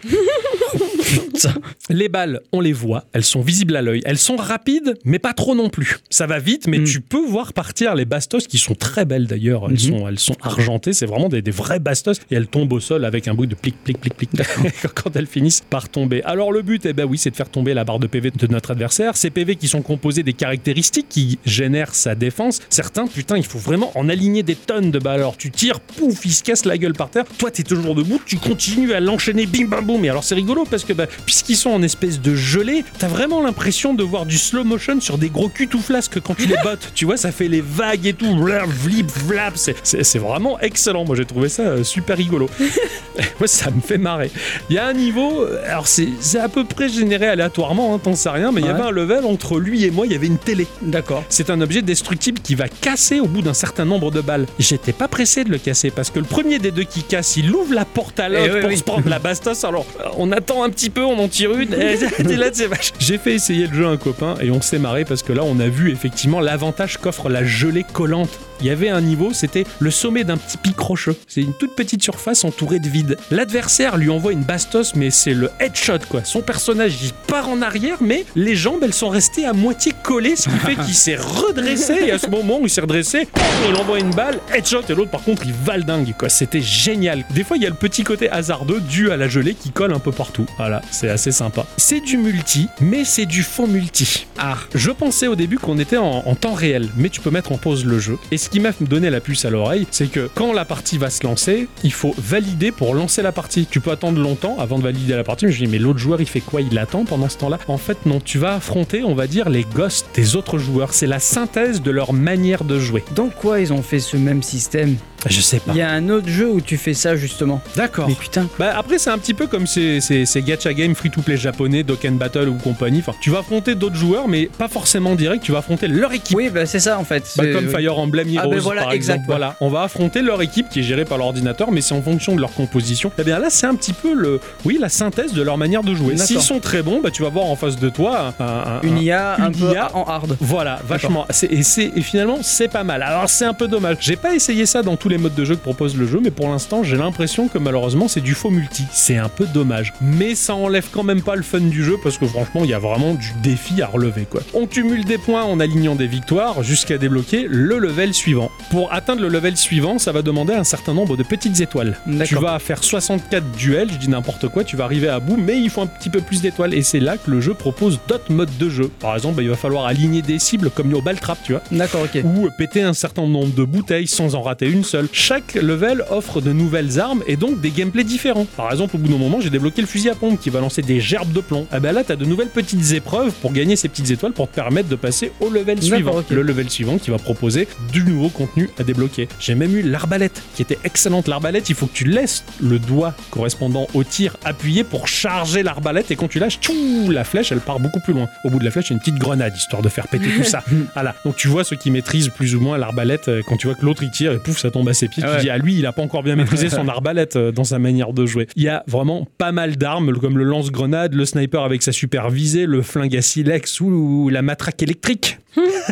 B: Putain. Les balles, on les voit, elles sont visibles à l'œil, elles sont rapides, mais pas trop non plus. Ça va vite, mais
A: Mm.
B: tu peux voir partir les bastos qui sont très belles d'ailleurs. Elles,
A: Mhm.
B: sont, elles sont argentées, c'est vraiment des, des vrais bastos et elles tombent au sol avec un bruit de plic, plic, plic, plic quand elles finissent par tomber. Alors le but, eh ben oui, c'est de faire tomber la barre de PV de notre adversaire. Ces PV qui sont composés des caractéristiques qui génèrent sa défense. Certains, putain, il faut vraiment en aligner des tonnes de balles. Alors tu tires, pouf, il se casse la gueule par terre. Toi, t'es toujours debout, tu continues à l'enchaîner, bim bam boum. Et alors c'est rigolo parce que bah, puisqu'ils sont en espèce de gelée, t'as vraiment l'impression de voir du slow motion sur des gros culs tout flasques quand tu les bottes. tu vois, ça fait les vagues et tout. Blap, flip, flap. C'est- C'est c'est vraiment excellent. Moi, j'ai trouvé ça euh, super rigolo. Moi, ça me fait marrer. Il y a un niveau, euh, alors c'est c'est à peu près généré aléatoirement, hein, t'en sais rien, mais il y
A: Ouais.
B: avait un level entre lui et moi, il y avait une télé.
A: D'accord.
B: C'est un objet destructible qui va casser au bout d'un certain nombre de balles. J'étais pas pressé de le casser parce que le premier des deux qui casse, il ouvre la porte à
A: Eh
B: l'œuf
A: oui,
B: pour
A: oui.
B: se prendre la bastos. Alors euh, on attend un petit peu, on en tire une. et t'es là, c'est vache. J'ai fait essayer le jeu à un copain et on s'est marré parce que là on a vu effectivement l'avantage qu'offre la gelée collante il y avait un niveau, c'était le sommet d'un petit pic rocheux. C'est une toute petite surface entourée de vide. L'adversaire lui envoie une bastos, mais c'est le headshot quoi. Son personnage il part en arrière, mais les jambes elles sont restées à moitié collées, ce qui fait qu'il s'est redressé. Et à ce moment où il s'est redressé, il envoie une balle, headshot, et l'autre par contre il va le dingue quoi. C'était génial. Des fois il y a le petit côté hasardeux dû à la gelée qui colle un peu partout. Voilà, c'est assez sympa. C'est du multi, mais c'est du faux multi. Ah, je pensais au début qu'on était en, en temps réel, mais tu peux mettre en pause le jeu. Et ce qui m'a donné la puce à l'oreille, c'est que quand la partie va se lancer, il faut valider pour lancer la partie. Tu peux attendre longtemps avant de valider la partie. Mais je dis, mais l'autre joueur, il fait quoi Il attend pendant ce temps-là En fait, non, tu vas affronter, on va dire, les ghosts des autres joueurs. C'est la synthèse de leur manière de jouer.
A: Dans quoi ils ont fait ce même système
B: Je sais pas.
A: Il y a un autre jeu où tu fais ça justement.
B: D'accord.
A: Mais putain,
B: Bah après c'est un petit peu comme ces, ces, ces gacha games free to play japonais, Dokken Battle ou compagnie. Enfin, tu vas affronter d'autres joueurs, mais pas forcément direct. Tu vas affronter leur équipe.
A: oui, bah c'est ça en fait.
B: Bah,
A: C'est-
B: comme Fire Emblem Heroes,
A: Ah, ben voilà,
B: par
A: exact,
B: exemple.
A: ouais.
B: Voilà, on va affronter leur équipe qui est gérée par l'ordinateur, mais c'est en fonction de leur composition. Et bien là, c'est un petit peu le, oui, la synthèse de leur manière de jouer.
A: D'accord.
B: S'ils sont très bons, bah, tu vas voir en face de toi un, un-
A: Une
B: un-
A: IA un
B: une
A: peu
B: IA.
A: en hard.
B: Voilà, vachement. C'est- Et, c'est- et finalement, c'est pas mal. Alors, c'est un peu dommage. J'ai pas essayé ça dans tous les modes de jeu que propose le jeu, mais pour l'instant, j'ai l'impression que malheureusement, c'est du faux multi. C'est un peu dommage. Mais ça enlève quand même pas le fun du jeu, parce que franchement, il y a vraiment du défi à relever, quoi. On cumule des points en alignant des victoires jusqu'à débloquer le level suivant. Pour atteindre le level suivant, ça va demander un certain nombre de petites étoiles.
A: D'accord.
B: Tu vas faire 64 duels, je dis n'importe quoi, tu vas arriver à bout, mais il faut un petit peu plus d'étoiles. Et c'est là que le jeu propose d'autres modes de jeu. Par exemple, bah, il va falloir aligner des cibles comme au ball trap, tu vois.
A: D'accord, ok.
B: Ou euh, péter un certain nombre de bouteilles sans en rater une seule. Chaque level offre de nouvelles armes et donc des gameplays différents. Par exemple, au bout d'un moment, j'ai débloqué le fusil à pompe qui va lancer des gerbes de plomb. Ah bah là, t'as de nouvelles petites épreuves pour gagner ces petites étoiles pour te permettre de passer au level
A: D'accord,
B: suivant.
A: ok.
B: Le level suivant qui va proposer du nouveau contenu à débloquer. J'ai même eu l'arbalète qui était excellente. L'arbalète, il faut que tu laisses le doigt correspondant au tir appuyé pour charger l'arbalète et quand tu lâches, tchou, la flèche, elle part beaucoup plus loin. Au bout de la flèche, il y a une petite grenade histoire de faire péter tout ça. voilà. Donc tu vois ceux qui maîtrisent plus ou moins l'arbalète euh, quand tu vois que l'autre il tire et pouf, ça tombe à ses pieds.
A: Ah
B: Tu
A: ouais.
B: dis, ah lui, il a pas encore bien maîtrisé son arbalète euh, dans sa manière de jouer. Il y a vraiment pas mal d'armes comme le lance-grenade, le sniper avec sa super visée, le flingue à silex ou- ou la matraque électrique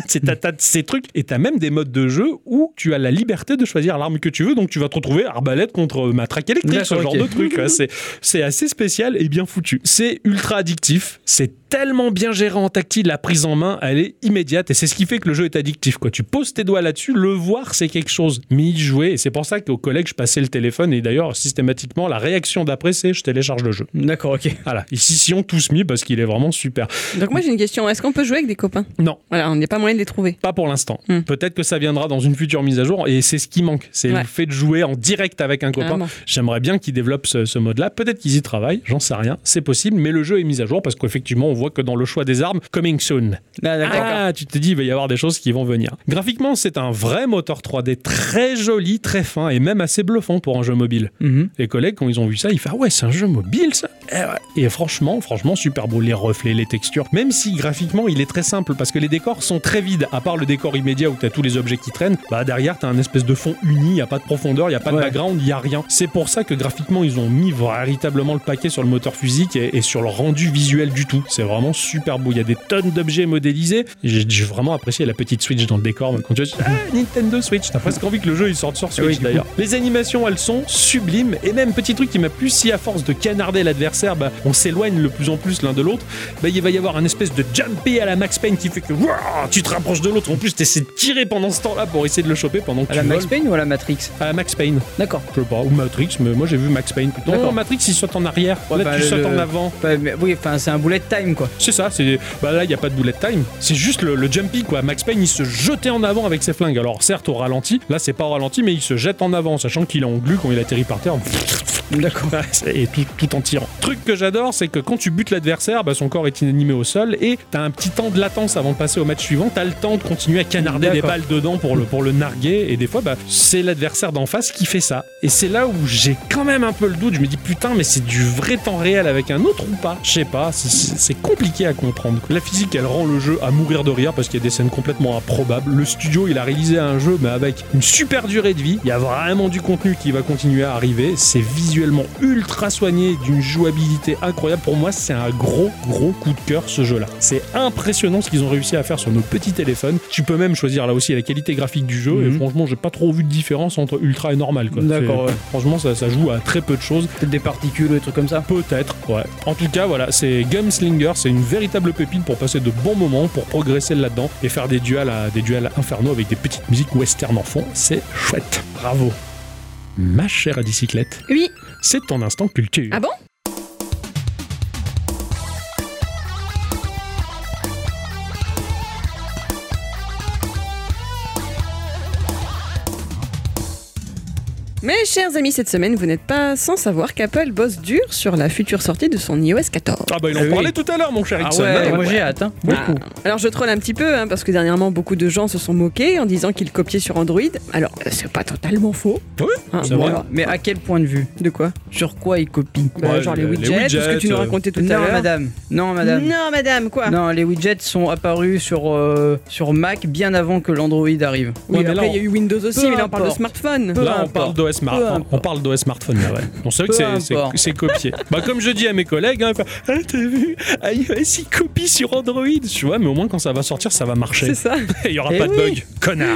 B: c'est t'as, t'as ces trucs et t'as même des modes de jeu où tu as la liberté de choisir l'arme que tu veux donc tu vas te retrouver arbalète contre matraque électrique ce
A: D'accord,
B: genre
A: ok.
B: de truc ouais, c'est, c'est assez spécial et bien foutu c'est ultra addictif c'est tellement bien géré en tactile la prise en main elle est immédiate et c'est ce qui fait que le jeu est addictif quoi. tu poses tes doigts là-dessus le voir c'est quelque chose mais y jouer et c'est pour ça qu'au collège je passais le téléphone et d'ailleurs systématiquement la réaction d'après c'est je télécharge le jeu
A: D'accord, ok.
B: voilà ils s'y sont tous mis parce qu'il est vraiment super
C: Donc moi j'ai une question, est-ce qu'on peut jouer avec des copains
B: non
C: Voilà, on n'y a pas moyen de les trouver.
B: Pas pour l'instant.
C: Hmm.
B: Peut-être que ça viendra dans une future mise à jour et c'est ce qui manque. C'est
C: Ouais.
B: le fait de jouer en direct avec un copain.
C: Carrément.
B: J'aimerais bien qu'ils développent ce, ce mode-là. Peut-être qu'ils y travaillent, j'en sais rien. C'est possible, mais le jeu est mis à jour parce qu'effectivement, on voit que dans le choix des armes, coming soon.
A: Là, d'accord.
B: Ah, tu te dis, il va y avoir des choses qui vont venir. Graphiquement, c'est un vrai moteur 3D très joli, très fin et même assez bluffant pour un jeu mobile.
A: Mhm.
B: Les collègues, quand ils ont vu ça, ils font Ah ouais, c'est un jeu mobile ça Eh ouais. Et franchement, franchement, super beau, les reflets, les textures. Même si graphiquement, il est très simple parce que les décors sont très vides, à part le décor immédiat où t'as tous les objets qui traînent. Bah derrière, t'as un espèce de fond uni, y a pas de profondeur, y a pas de
A: Ouais.
B: background, y a rien. C'est pour ça que graphiquement, ils ont mis véritablement le paquet sur le moteur physique et, et sur le rendu visuel du tout. C'est vraiment super beau. Il y a des tonnes d'objets modélisés. J'ai j'ai vraiment apprécié la petite Switch dans le décor. Quand tu vois, ah, Nintendo Switch, t'as presque envie que le jeu il sorte sur Switch
A: Oui.
B: d'ailleurs. Les animations, elles sont sublimes. Et même, petit truc qui m'a plu, si à force de canarder l'adversaire, bah, on s'éloigne le plus en plus l'un de l'autre, bah, il va y avoir un espèce de jumpé à la Max Payne qui fait que wouah, tu te rapproches de l'autre. En plus, t'essaies de tirer pendant ce temps-là pour essayer de le choper pendant que
A: À
B: tu
A: la Max
B: voles.
A: Payne ou à la Matrix
B: À la Max Payne,
A: D'accord.
B: je sais pas, ou Matrix, mais moi j'ai vu Max Payne plutôt.
A: D'accord.
B: Non, Matrix, il saute en arrière.
A: Ouais,
B: Là,
A: bah,
B: tu
A: le-
B: sautes en
A: le-
B: avant.
A: Bah, mais- oui, enfin, c'est un bullet time quoi.
B: C'est ça, c'est bah là il y a pas de bullet time, c'est juste le, le jumpy quoi. Max Payne il se jetait en avant avec ses flingues. Alors certes au ralenti, là c'est pas au ralenti mais il se jette en avant sachant qu'il est en glu quand il atterrit par terre
A: D'accord.
B: et tout, tout en tirant. Truc que j'adore c'est que quand tu butes l'adversaire, bah, son corps est inanimé au sol et t'as un petit temps de latence avant de passer au match suivant, t'as le temps de continuer à canarder des
A: D'accord.
B: balles dedans pour le pour le narguer et des fois bah c'est l'adversaire d'en face qui fait ça. Et c'est là où j'ai quand même un peu le doute, je me dis putain mais c'est du vrai temps réel avec un autre ou pas Je sais pas, c'est- c'est c'est compliqué à comprendre. La physique, elle rend le jeu à mourir de rire parce qu'il y a des scènes complètement improbables. Le studio, il a réalisé un jeu, mais avec une super durée de vie. Il y a vraiment du contenu qui va continuer à arriver. C'est visuellement ultra soigné, d'une jouabilité incroyable. Pour moi, c'est un gros, gros coup de cœur ce jeu-là. C'est impressionnant ce qu'ils ont réussi à faire sur nos petits téléphones. Tu peux même choisir là aussi la qualité graphique du jeu. Et
A: Mhm.
B: franchement, j'ai pas trop vu de différence entre ultra et normal. quoi.
A: D'accord,
B: C'est-
A: ouais.
B: Franchement, ça, ça joue à très peu de choses.
A: Peut-être des particules ou des trucs comme ça.
B: Peut-être, ouais. En tout cas, voilà, c'est Gunslinger, c'est une véritable pépite pour passer de bons moments, pour progresser là-dedans et faire des duels, à, des duels infernaux avec des petites musiques western en fond. C'est chouette. Bravo. Ma chère à bicyclette,
C: Oui.
B: c'est ton instant culture.
C: Ah bon Mes chers amis, cette semaine, vous n'êtes pas sans savoir qu'Apple bosse dur sur la future sortie de son iOS 14.
B: Ah bah il en
A: Ah oui.
B: parlait tout à l'heure mon cher
A: Ah
B: Ixon.
A: ouais,
B: Ouais,
A: moi
B: ouais.
A: j'ai hâte, hein, beaucoup.
C: Ah. Alors je troll un petit peu hein, parce que dernièrement beaucoup de gens se sont moqués en disant qu'ils copiaient sur Android. Alors euh, c'est pas totalement faux.
B: Oui,
C: Hein,
B: c'est vrai.
C: voilà.
A: Mais à quel point de vue
C: De quoi
A: Sur quoi il copie
C: Bah,
B: Ouais,
C: Genre les
B: les- les
C: widgets, tout ce que tu nous
B: widgets, euh,
C: racontais tout à
A: Non,
C: l'heure.
A: madame. Non, madame.
C: Non madame quoi.
A: Non, les widgets sont apparus sur, euh, sur Mac bien avant que l'Android arrive. Ah
C: Oui,
B: Ouais, mais
C: après
B: là,
C: il y a eu Windows aussi,
A: Peu
C: mais là on parle de
A: importe.
C: smartphone.
A: Peu
B: Là, on
A: importe.
B: parle
A: Peu
B: d'OS smartphone. On
A: importe.
B: parle d'OS smartphone, là, ouais. On sait que
A: Peu
B: c'est- c'est
A: importe.
B: c'est copié. Bah, comme je dis à mes collègues, hein, ils font, ah, t'as vu, iOS, il copie sur Android. Tu vois, mais au moins, quand ça va sortir, ça va marcher.
C: C'est ça.
B: Et il y aura
A: Eh
B: pas de
A: oui.
B: bug. Connard.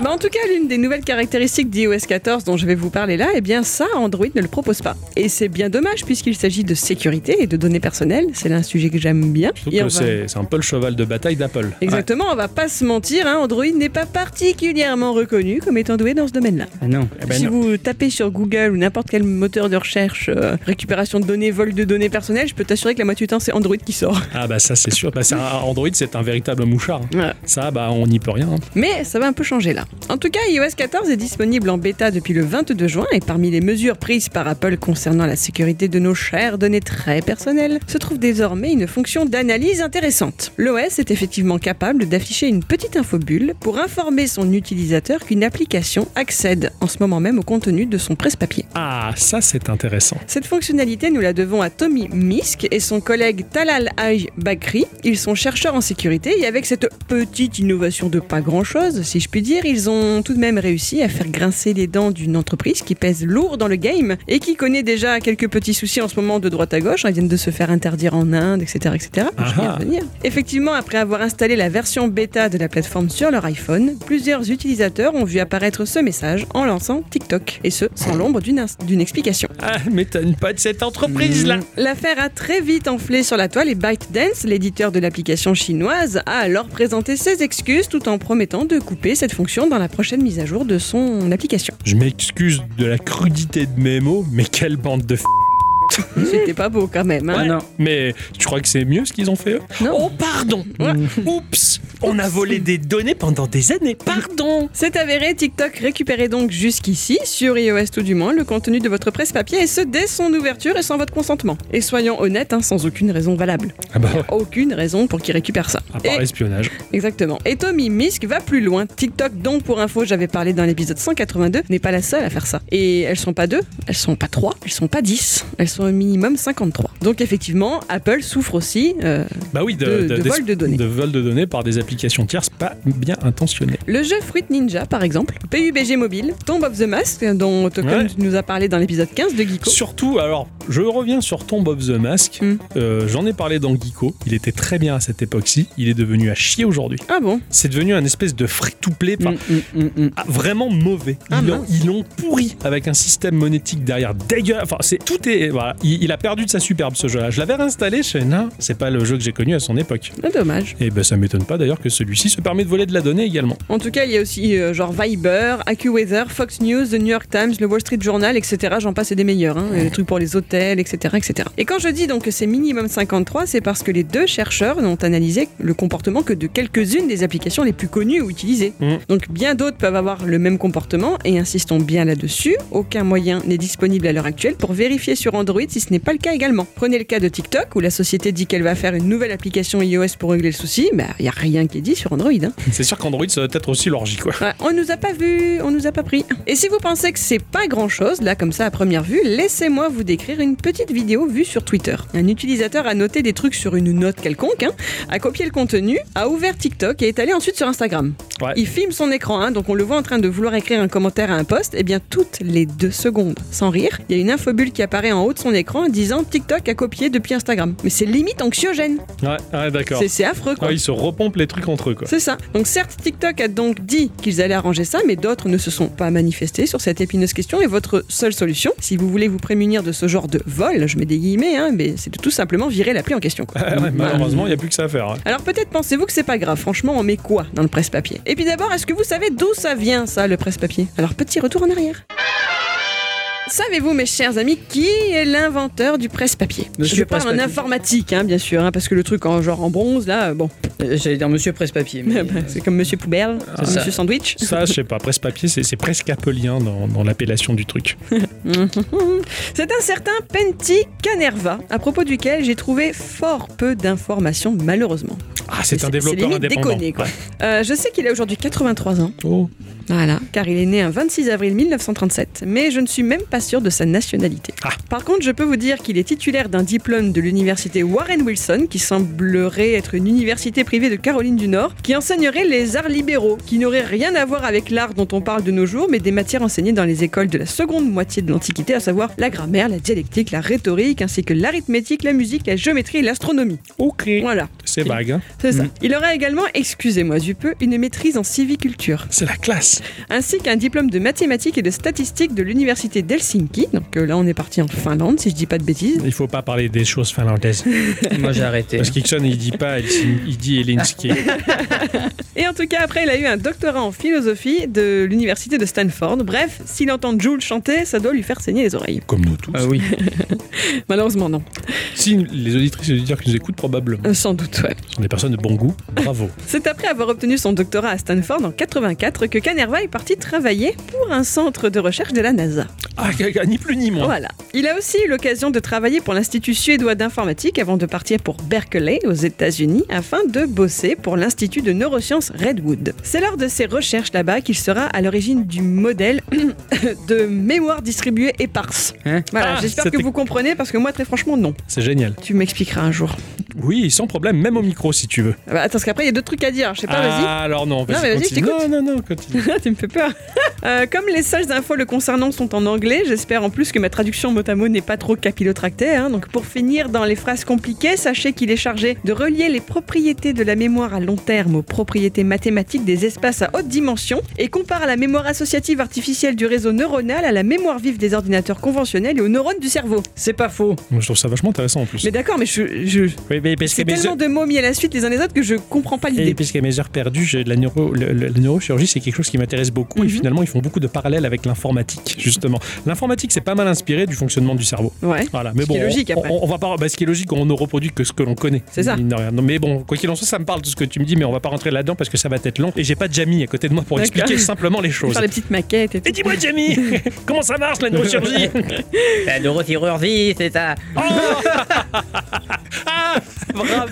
C: Bah, en tout cas, l'une des nouvelles caractéristiques d'iOS 14 dont je vais vous parler là, eh bien ça, Android ne le propose pas. Et c'est bien dommage puisqu'il s'agit de sécurité et de données personnelles. C'est là un sujet que j'aime bien.
B: Surtout
C: Et
B: que
C: on va-
B: c'est c'est un peu le cheval de bataille d'Apple.
C: Exactement, on va pas se mentir, hein, Android n'est pas particulièrement reconnu comme étant doué dans ce domaine-là.
A: Ah non.
B: Eh ben
C: si
B: non.
C: vous tapez sur Google ou n'importe quel moteur de recherche, euh, récupération de données, vol de données personnelles, je peux t'assurer que la moitié du temps c'est Android qui sort.
B: Ah, bah, ça, c'est sûr. Bah, c'est un- Android, c'est un véritable mouchard. hein. Ça, bah, on n'y peut rien. hein.
C: Mais ça va un peu changer là. En tout cas, iOS 14 est disponible en bêta depuis le 22 juin et parmi les mesures prises par Apple concernant la sécurité de nos chères données très personnelles, se trouve désormais une fonction d'analyse intéressante. L'OS est effectivement capable d'afficher une petite infobulle pour informer son utilisateur qu'une application accède en ce moment même au contenu de son presse-papier.
B: Ah, ça, c'est intéressant.
C: Cette fonctionnalité, nous la devons à Tommy Misk et son collègue Talal Aj Bakri. Ils sont chercheurs en sécurité et avec cette petite innovation de pas grand-chose, si je puis dire, ils ont tout de même réussi à faire grincer les dents d'une entreprise qui pèse lourd dans le game et qui connaît déjà quelques petits soucis en ce moment de droite à gauche. Ils viennent de se faire interdire en Inde, etc. etc. Je vais y
B: Ah.
C: revenir. Effectivement, après avoir installé la version bêta de la plateforme sur leur iPhone, plusieurs utilisateurs ont vu apparaître ce message en lançant TikTok. Et ce, sans l'ombre d'une ins- d'une explication.
B: Ah, m'étonne pas de cette entreprise-là.
C: L'affaire a très vite enflé sur la toile et ByteDance, l'éditeur de l'application chinoise, a alors présenté ses excuses tout en promettant de couper cette fonction dans la prochaine mise à jour de son application.
B: Je m'excuse de la crudité de mes mots, mais quelle bande de f... Mmh.
C: C'était pas beau quand même.
A: Ah
C: hein.
A: non.
B: Mais tu crois que c'est mieux ce qu'ils ont fait eux
C: Non.
B: Oh pardon
C: Ouais.
B: Oups On a volé des données pendant des années, pardon
C: C'est avéré, TikTok récupérait donc jusqu'ici, sur iOS tout du moins, le contenu de votre presse-papier et ce dès son ouverture et sans votre consentement. Et soyons honnêtes, hein, sans aucune raison valable.
B: Ah bah ouais,
C: Aucune raison pour qu'il récupère ça.
B: à part
C: Et-
B: l'espionnage.
C: Exactement. Et Tommy Misk va plus loin. TikTok, dont pour info j'avais parlé dans l'épisode 182, n'est pas la seule à faire ça. Et elles sont pas deux, elles sont pas trois, elles sont pas dix, elles sont au minimum 53. Donc effectivement, Apple souffre aussi. euh,
B: Bah oui, de,
C: De- de
B: d'es-
C: vol de données.
B: De vol de données par des applications tierces pas bien intentionnées.
C: le jeu Fruit Ninja, par exemple, PUBG Mobile, Tomb of the Mask, dont
B: Ouais.
C: Token nous a parlé dans l'épisode 15 de Geeko.
B: Surtout, alors, je reviens sur Tomb of the Mask.
C: Hmm.
B: Euh, j'en ai parlé dans Geeko. Il était très bien à cette époque-ci. Il est devenu à chier aujourd'hui.
C: Ah bon
B: C'est devenu un espèce de free-to-play. Enfin,
A: Mm, mm, mm, mm.
B: Ah, vraiment mauvais.
C: Hmm. Ah,
B: ils, l'ont,
C: mince.
B: ils l'ont pourri avec un système monétique derrière dégueulasse. Enfin, c'est tout est. Voilà, il, il a perdu de sa superbe ce jeu-là. Je l'avais réinstallé chez Non, c'est pas le jeu que j'ai connu à son époque.
C: Ah, Dommage.
B: Et ben ça m'étonne pas d'ailleurs que celui-ci se permet de voler de la donnée également.
C: En tout cas, il y a aussi euh, genre Viber, AccuWeather, Fox News, The New York Times, le Wall Street Journal, etc. J'en passe et des meilleurs. Hein. Les trucs pour les hôtels, etc., etc. Et quand je dis donc que c'est minimum 53, c'est parce que les deux chercheurs n'ont analysé le comportement que de quelques-unes des applications les plus connues ou utilisées.
B: Mm.
C: Donc bien d'autres peuvent avoir le même comportement et insistons bien là-dessus. Aucun moyen n'est disponible à l'heure actuelle pour vérifier sur Android si ce n'est pas le cas également. Prenez le cas de TikTok où la société dit qu'elle va faire une nouvelle application iOS pour régler le souci. Bah, il n'y a rien qui est dit sur Android. hein.
B: c'est sûr qu'Android, ça doit être aussi l'orgie, quoi.
C: Ouais, on nous a pas vu, on nous a pas pris. Et si vous pensez que c'est pas grand chose, là comme ça à première vue, laissez-moi vous décrire une une petite vidéo vue sur Twitter. Un utilisateur a noté des trucs sur une note quelconque, hein, a copié le contenu, a ouvert TikTok et est allé ensuite sur Instagram.
B: Ouais.
C: Il filme son écran, hein, donc on le voit en train de vouloir écrire un commentaire à un post. Et bien, toutes les deux secondes, sans rire, il y a une infobulle qui apparaît en haut de son écran en disant TikTok a copié depuis Instagram. Mais c'est limite anxiogène.
B: Ouais, ouais, d'accord. Ah
C: C'est c'est affreux quoi.
B: Ouais, ils se repompent les trucs entre eux, quoi.
C: C'est ça. Donc certes, TikTok a donc dit qu'ils allaient arranger ça, mais d'autres ne se sont pas manifestés sur cette épineuse question. Et votre seule solution, si vous voulez vous prémunir de ce genre de vol, je mets des guillemets, hein, mais c'est de tout simplement virer l'appli en question. quoi.
B: Ouais, malheureusement, il n'y a plus que ça à faire. hein.
C: Alors peut-être pensez-vous que c'est pas grave, franchement on met quoi dans le presse-papier Et puis d'abord, est-ce que vous savez d'où ça vient ça, le presse-papier Alors petit retour en arrière. Savez-vous mes chers amis qui est l'inventeur du presse-papier
A: Monsieur
C: Je parle en
A: Presse-Papier.
C: informatique hein, bien sûr, hein, parce que le truc en genre en bronze là, euh, bon,
A: Euh, J'allais dire Monsieur Presse-Papier. mais,
B: bah,
A: euh,
C: c'est comme Monsieur Poubelle,
A: C'est ça.
C: Monsieur Sandwich.
B: Ça, je sais pas, presse-papier, c'est c'est presque apelien dans, dans l'appellation du truc.
C: Ah, C'est un certain Penti Canerva, à propos duquel j'ai trouvé fort peu d'informations, malheureusement.
B: Ah, c'est un
C: C'est- c'est
B: développeur
C: limite
B: indépendant.
C: déconné, quoi.
B: Ouais.
C: Euh, je sais qu'il a aujourd'hui 83 ans,
B: Oh.
C: voilà, car il est né un 26 avril 1937, mais je ne suis même pas sûre de sa nationalité.
B: Ah.
C: Par contre, je peux vous dire qu'il est titulaire d'un diplôme de l'université Warren Wilson, qui semblerait être une université privée de Caroline du Nord, qui enseignerait les arts libéraux, qui n'aurait rien à voir avec l'art dont on parle de nos jours, mais des matières enseignées dans les écoles de la seconde moitié de l'Antiquité, à savoir la grammaire, la dialectique, la rhétorique, ainsi que l'arithmétique, la musique, la géométrie et l'astronomie.
B: Ok.
C: Voilà,
B: C'est vague, hein.
C: c'est ça.
A: Mm.
C: Il aurait également, excusez-moi du peu, une maîtrise en civiculture
B: C'est la classe.
C: ainsi qu'un diplôme de mathématiques et de statistiques de l'université d'Helsinki. Donc euh, là, on est parti en Finlande, si je dis pas de bêtises.
B: Il faut pas parler des choses finlandaises.
A: Moi j'ai arrêté.
B: Parce qu'Ixon, il dit pas, Helsin- il dit Helsinki.
C: Et en tout cas, après, il a eu un doctorat en philosophie de l'université de Stanford. Bref, s'il entend Jules chanter, ça doit lui faire saigner les oreilles.
B: Comme nous tous.
A: Ah oui.
C: Malheureusement, non.
B: Si les auditrices et auditeurs qui nous écoutent, probablement,
C: Euh, Sans doute, ouais.
B: sont des personnes de bon goût, bravo.
C: C'est après avoir obtenu son doctorat à Stanford en 84 que Canerva est parti travailler pour un centre de recherche de la NASA.
B: Ah, ni plus ni moins.
C: Voilà. Il a aussi eu l'occasion de travailler pour l'Institut suédois d'informatique avant de partir pour Berkeley aux États-Unis afin de bosser pour l'Institut de neurosciences Redwood. C'est lors de ses recherches là-bas qu'il sera à l'origine du modèle de mémoire distribuée éparse.
A: Hein
C: voilà,
B: Ah,
C: j'espère
B: c'était-
C: que vous comprenez parce que moi très franchement non.
B: C'est génial.
C: Tu m'expliqueras un jour.
B: Oui, sans problème, même au micro si tu veux.
C: Ah bah, attends, parce qu'après il y a d'autres trucs à dire, je sais pas, vas-y.
B: ah, alors non, vas-y,
C: mais vas-y, je
B: continue.
C: t'écoute.
B: non, non, non, continue.
C: tu me fais peur. Euh, comme les seules infos le concernant sont en anglais, j'espère en plus que ma traduction mot à mot n'est pas trop capillotractée. hein. Donc pour finir dans les phrases compliquées, sachez qu'il est chargé de relier les propriétés de la mémoire à long terme aux propriétés mathématiques des espaces à haute dimension et compare la mémoire associative artificielle du réseau neuronal à la mémoire vive des ordinateurs conventionnels et aux neurones du cerveau.
A: C'est pas faux.
B: Moi, je trouve ça vachement intéressant en plus.
C: Mais d'accord, mais je, je-
B: Oui, mais parce
C: c'est tellement de mots mis à la suite les uns les autres que je comprends pas
B: Et
C: l'idée.
B: puisqu'à mes heures perdues, j'ai de la, neuro- le- le- la neurochirurgie, c'est quelque chose qui m'intéresse beaucoup. Et
C: Mhm.
B: finalement, ils font beaucoup de parallèles avec l'informatique, justement. L'informatique, c'est pas mal inspiré du fonctionnement du cerveau.
C: Ouais.
B: Voilà, mais
C: Ce
B: bon,
C: qui est logique,
B: on,
C: après.
B: on- on va pas, bah, ce qui est logique, on ne reproduit que ce que l'on connaît.
C: C'est ça.
B: Mine de rien. Non, mais bon, quoi qu'il en soit, ça me parle de ce que tu me dis, mais on va pas rentrer là-dedans parce que ça va être long. Et j'ai pas de Jamie à côté de moi pour
C: D'accord.
B: expliquer simplement les choses.
C: Faire les petites maquettes et tout.
B: Et dis-moi, Jamie, comment ça marche la neurochirurgie
A: La neurochirurgie, c'est ça.
B: Oh Ah, bravo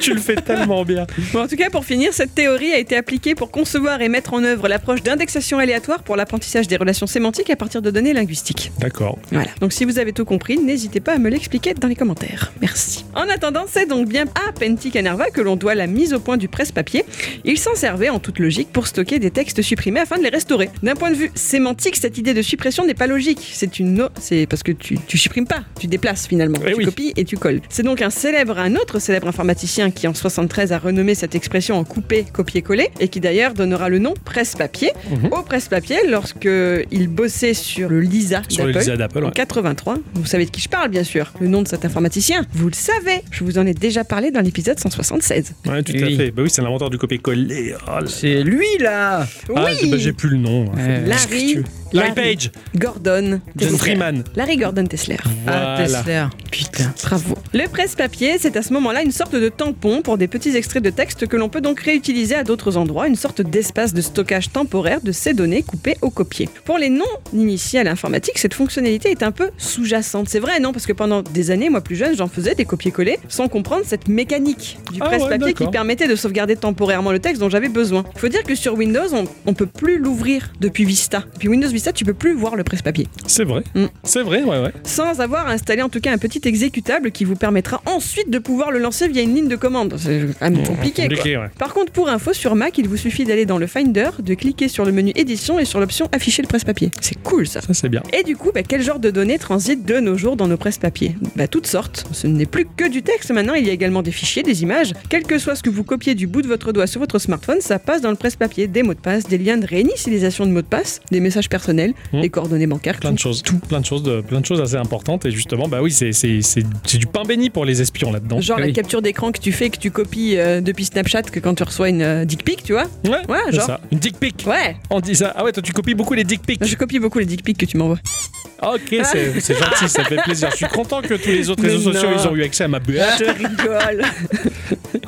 B: Tu le fais tellement bien.
C: Bon, en tout cas, pour finir, cette théorie a été appliquée pour concevoir et mettre en œuvre l'approche d'indexation aléatoire pour l'apprentissage des relations sémantiques à partir de données linguistiques.
B: D'accord.
C: Voilà. Donc, si vous avez tout compris, n'hésitez pas à me l'expliquer dans les commentaires. Merci. En attendant, c'est donc bien à Penti Canerva que l'on doit la mise au point du presse-papier. Il s'en servait, en toute logique, pour stocker des textes supprimés afin de les restaurer. D'un point de vue sémantique, cette idée de suppression n'est pas logique. C'est une no- c'est parce que tu, tu supprimes pas, tu déplaces finalement,
B: Eh
C: tu
B: oui.
C: copies et tu colles. C'est donc un célèbre, un autre célèbre informaticien qui en 73 a renommé cette expression en coupé, copier-coller et qui d'ailleurs donnera le nom presse-papier
B: Mhm.
C: au presse-papier lorsque il bossait sur le Lisa
B: Sur le
C: d'Apple.
B: Lisa d'Apple,
C: En
B: ouais.
C: 83, vous savez de qui je parle bien sûr, le nom de cet informaticien, vous le savez, je vous en ai déjà parlé dans l'épisode 176.
B: Ouais, tout à
A: Oui.
B: fait. Bah oui, c'est l'inventeur du copier-coller. Oh là là.
A: C'est lui là.
B: Ah,
C: oui Euh,
B: bah, j'ai plus le nom.
A: Ouais.
C: Larry,
B: Larry
C: Larry
B: Page,
C: Gordon,
B: John
C: Tesler.
B: Freeman.
C: Larry Gordon Tesler.
A: Ah,
B: Voilà.
A: Tesler. Putain.
C: Bravo. Le presse-papier, c'est à ce moment-là une sorte de tampon pour des petits extraits de texte que l'on peut donc réutiliser à d'autres endroits, une sorte d'espace de stockage temporaire de ces données coupées au copier. Pour les non-initiés à l'informatique, cette fonctionnalité est un peu sous-jacente. C'est vrai, non Parce que pendant des années, moi plus jeune, j'en faisais des copier-coller sans comprendre cette mécanique du
B: Ah ouais,
C: presse-papier qui
B: d'accord.
C: permettait de sauvegarder temporairement le texte dont j'avais besoin. Il faut dire que sur Windows, on, on peut plus l'ouvrir depuis Vista. Depuis Windows depuis ça, tu peux plus voir le presse-papier.
B: C'est vrai.
C: Mm.
B: C'est vrai, ouais, ouais.
C: Sans avoir installé en tout cas un petit exécutable qui vous permettra ensuite de pouvoir le lancer via une ligne de commande. C'est quand même compliqué, quoi.
B: Compliqué, ouais.
C: Par contre, pour info, sur Mac, il vous suffit d'aller dans le Finder, de cliquer sur le menu édition et sur l'option afficher le presse-papier. C'est cool ça.
B: Ça, c'est bien.
C: Et du coup, bah, quel genre de données transitent de nos jours dans nos presse-papiers bah, Toutes sortes. Ce n'est plus que du texte maintenant, il y a également des fichiers, des images. Quel que soit ce que vous copiez du bout de votre doigt sur votre smartphone, ça passe dans le presse-papier. Des mots de passe, des liens de réinitialisation de mots de passe, des messages personnels,
B: Hmm.
C: des coordonnées bancaires.
B: Plein de choses. Tout. Plein de choses, de, plein de choses assez importantes. Et justement, bah oui, c'est, c'est, c'est, c'est du pain béni pour les espions là-dedans.
C: Genre la
B: Oui.
C: capture d'écran que tu fais, que tu copies euh, depuis Snapchat, que quand tu reçois une euh, dick pic, tu vois
B: Ouais,
C: Ouais,
B: c'est
C: genre.
B: ça. Une dick pic.
C: Ouais
B: On dit ça. Ah ouais, toi, tu copies beaucoup les dick pics.
C: Je copie beaucoup les dick pics que tu m'envoies.
B: Ok, c'est, c'est gentil, ça fait plaisir. Je suis content que tous les autres
C: Mais
B: réseaux sociaux
C: non. Ah.
B: ils ont eu accès à ma buette.
C: Je rigole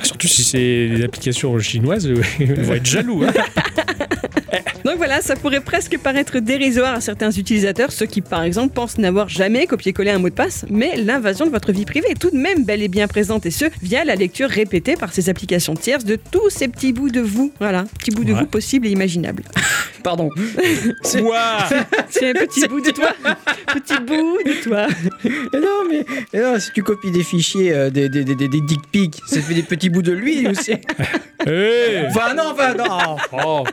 B: Surtout si c'est des applications chinoises, ils vont être jaloux. hein.
C: Donc voilà, ça pourrait presque paraître dérisoire à certains utilisateurs, ceux qui par exemple pensent n'avoir jamais copié-collé un mot de passe, mais l'invasion de votre vie privée est tout de même bel et bien présente, et ce, via la lecture répétée par ces applications tierces de tous ces petits bouts de vous. Voilà, petits bouts de
B: Ouais.
C: vous possibles et imaginables.
A: Pardon. C'est-
B: Ouah.
C: C'est un petit bout de toi Petit bout de toi
A: Eh non, mais eh non, si tu copies des fichiers, euh, des, des, des, des, des dick pics, ça te fait des petits bouts de lui aussi.
B: Hey.
A: Enfin, non, enfin, non.
B: Oh.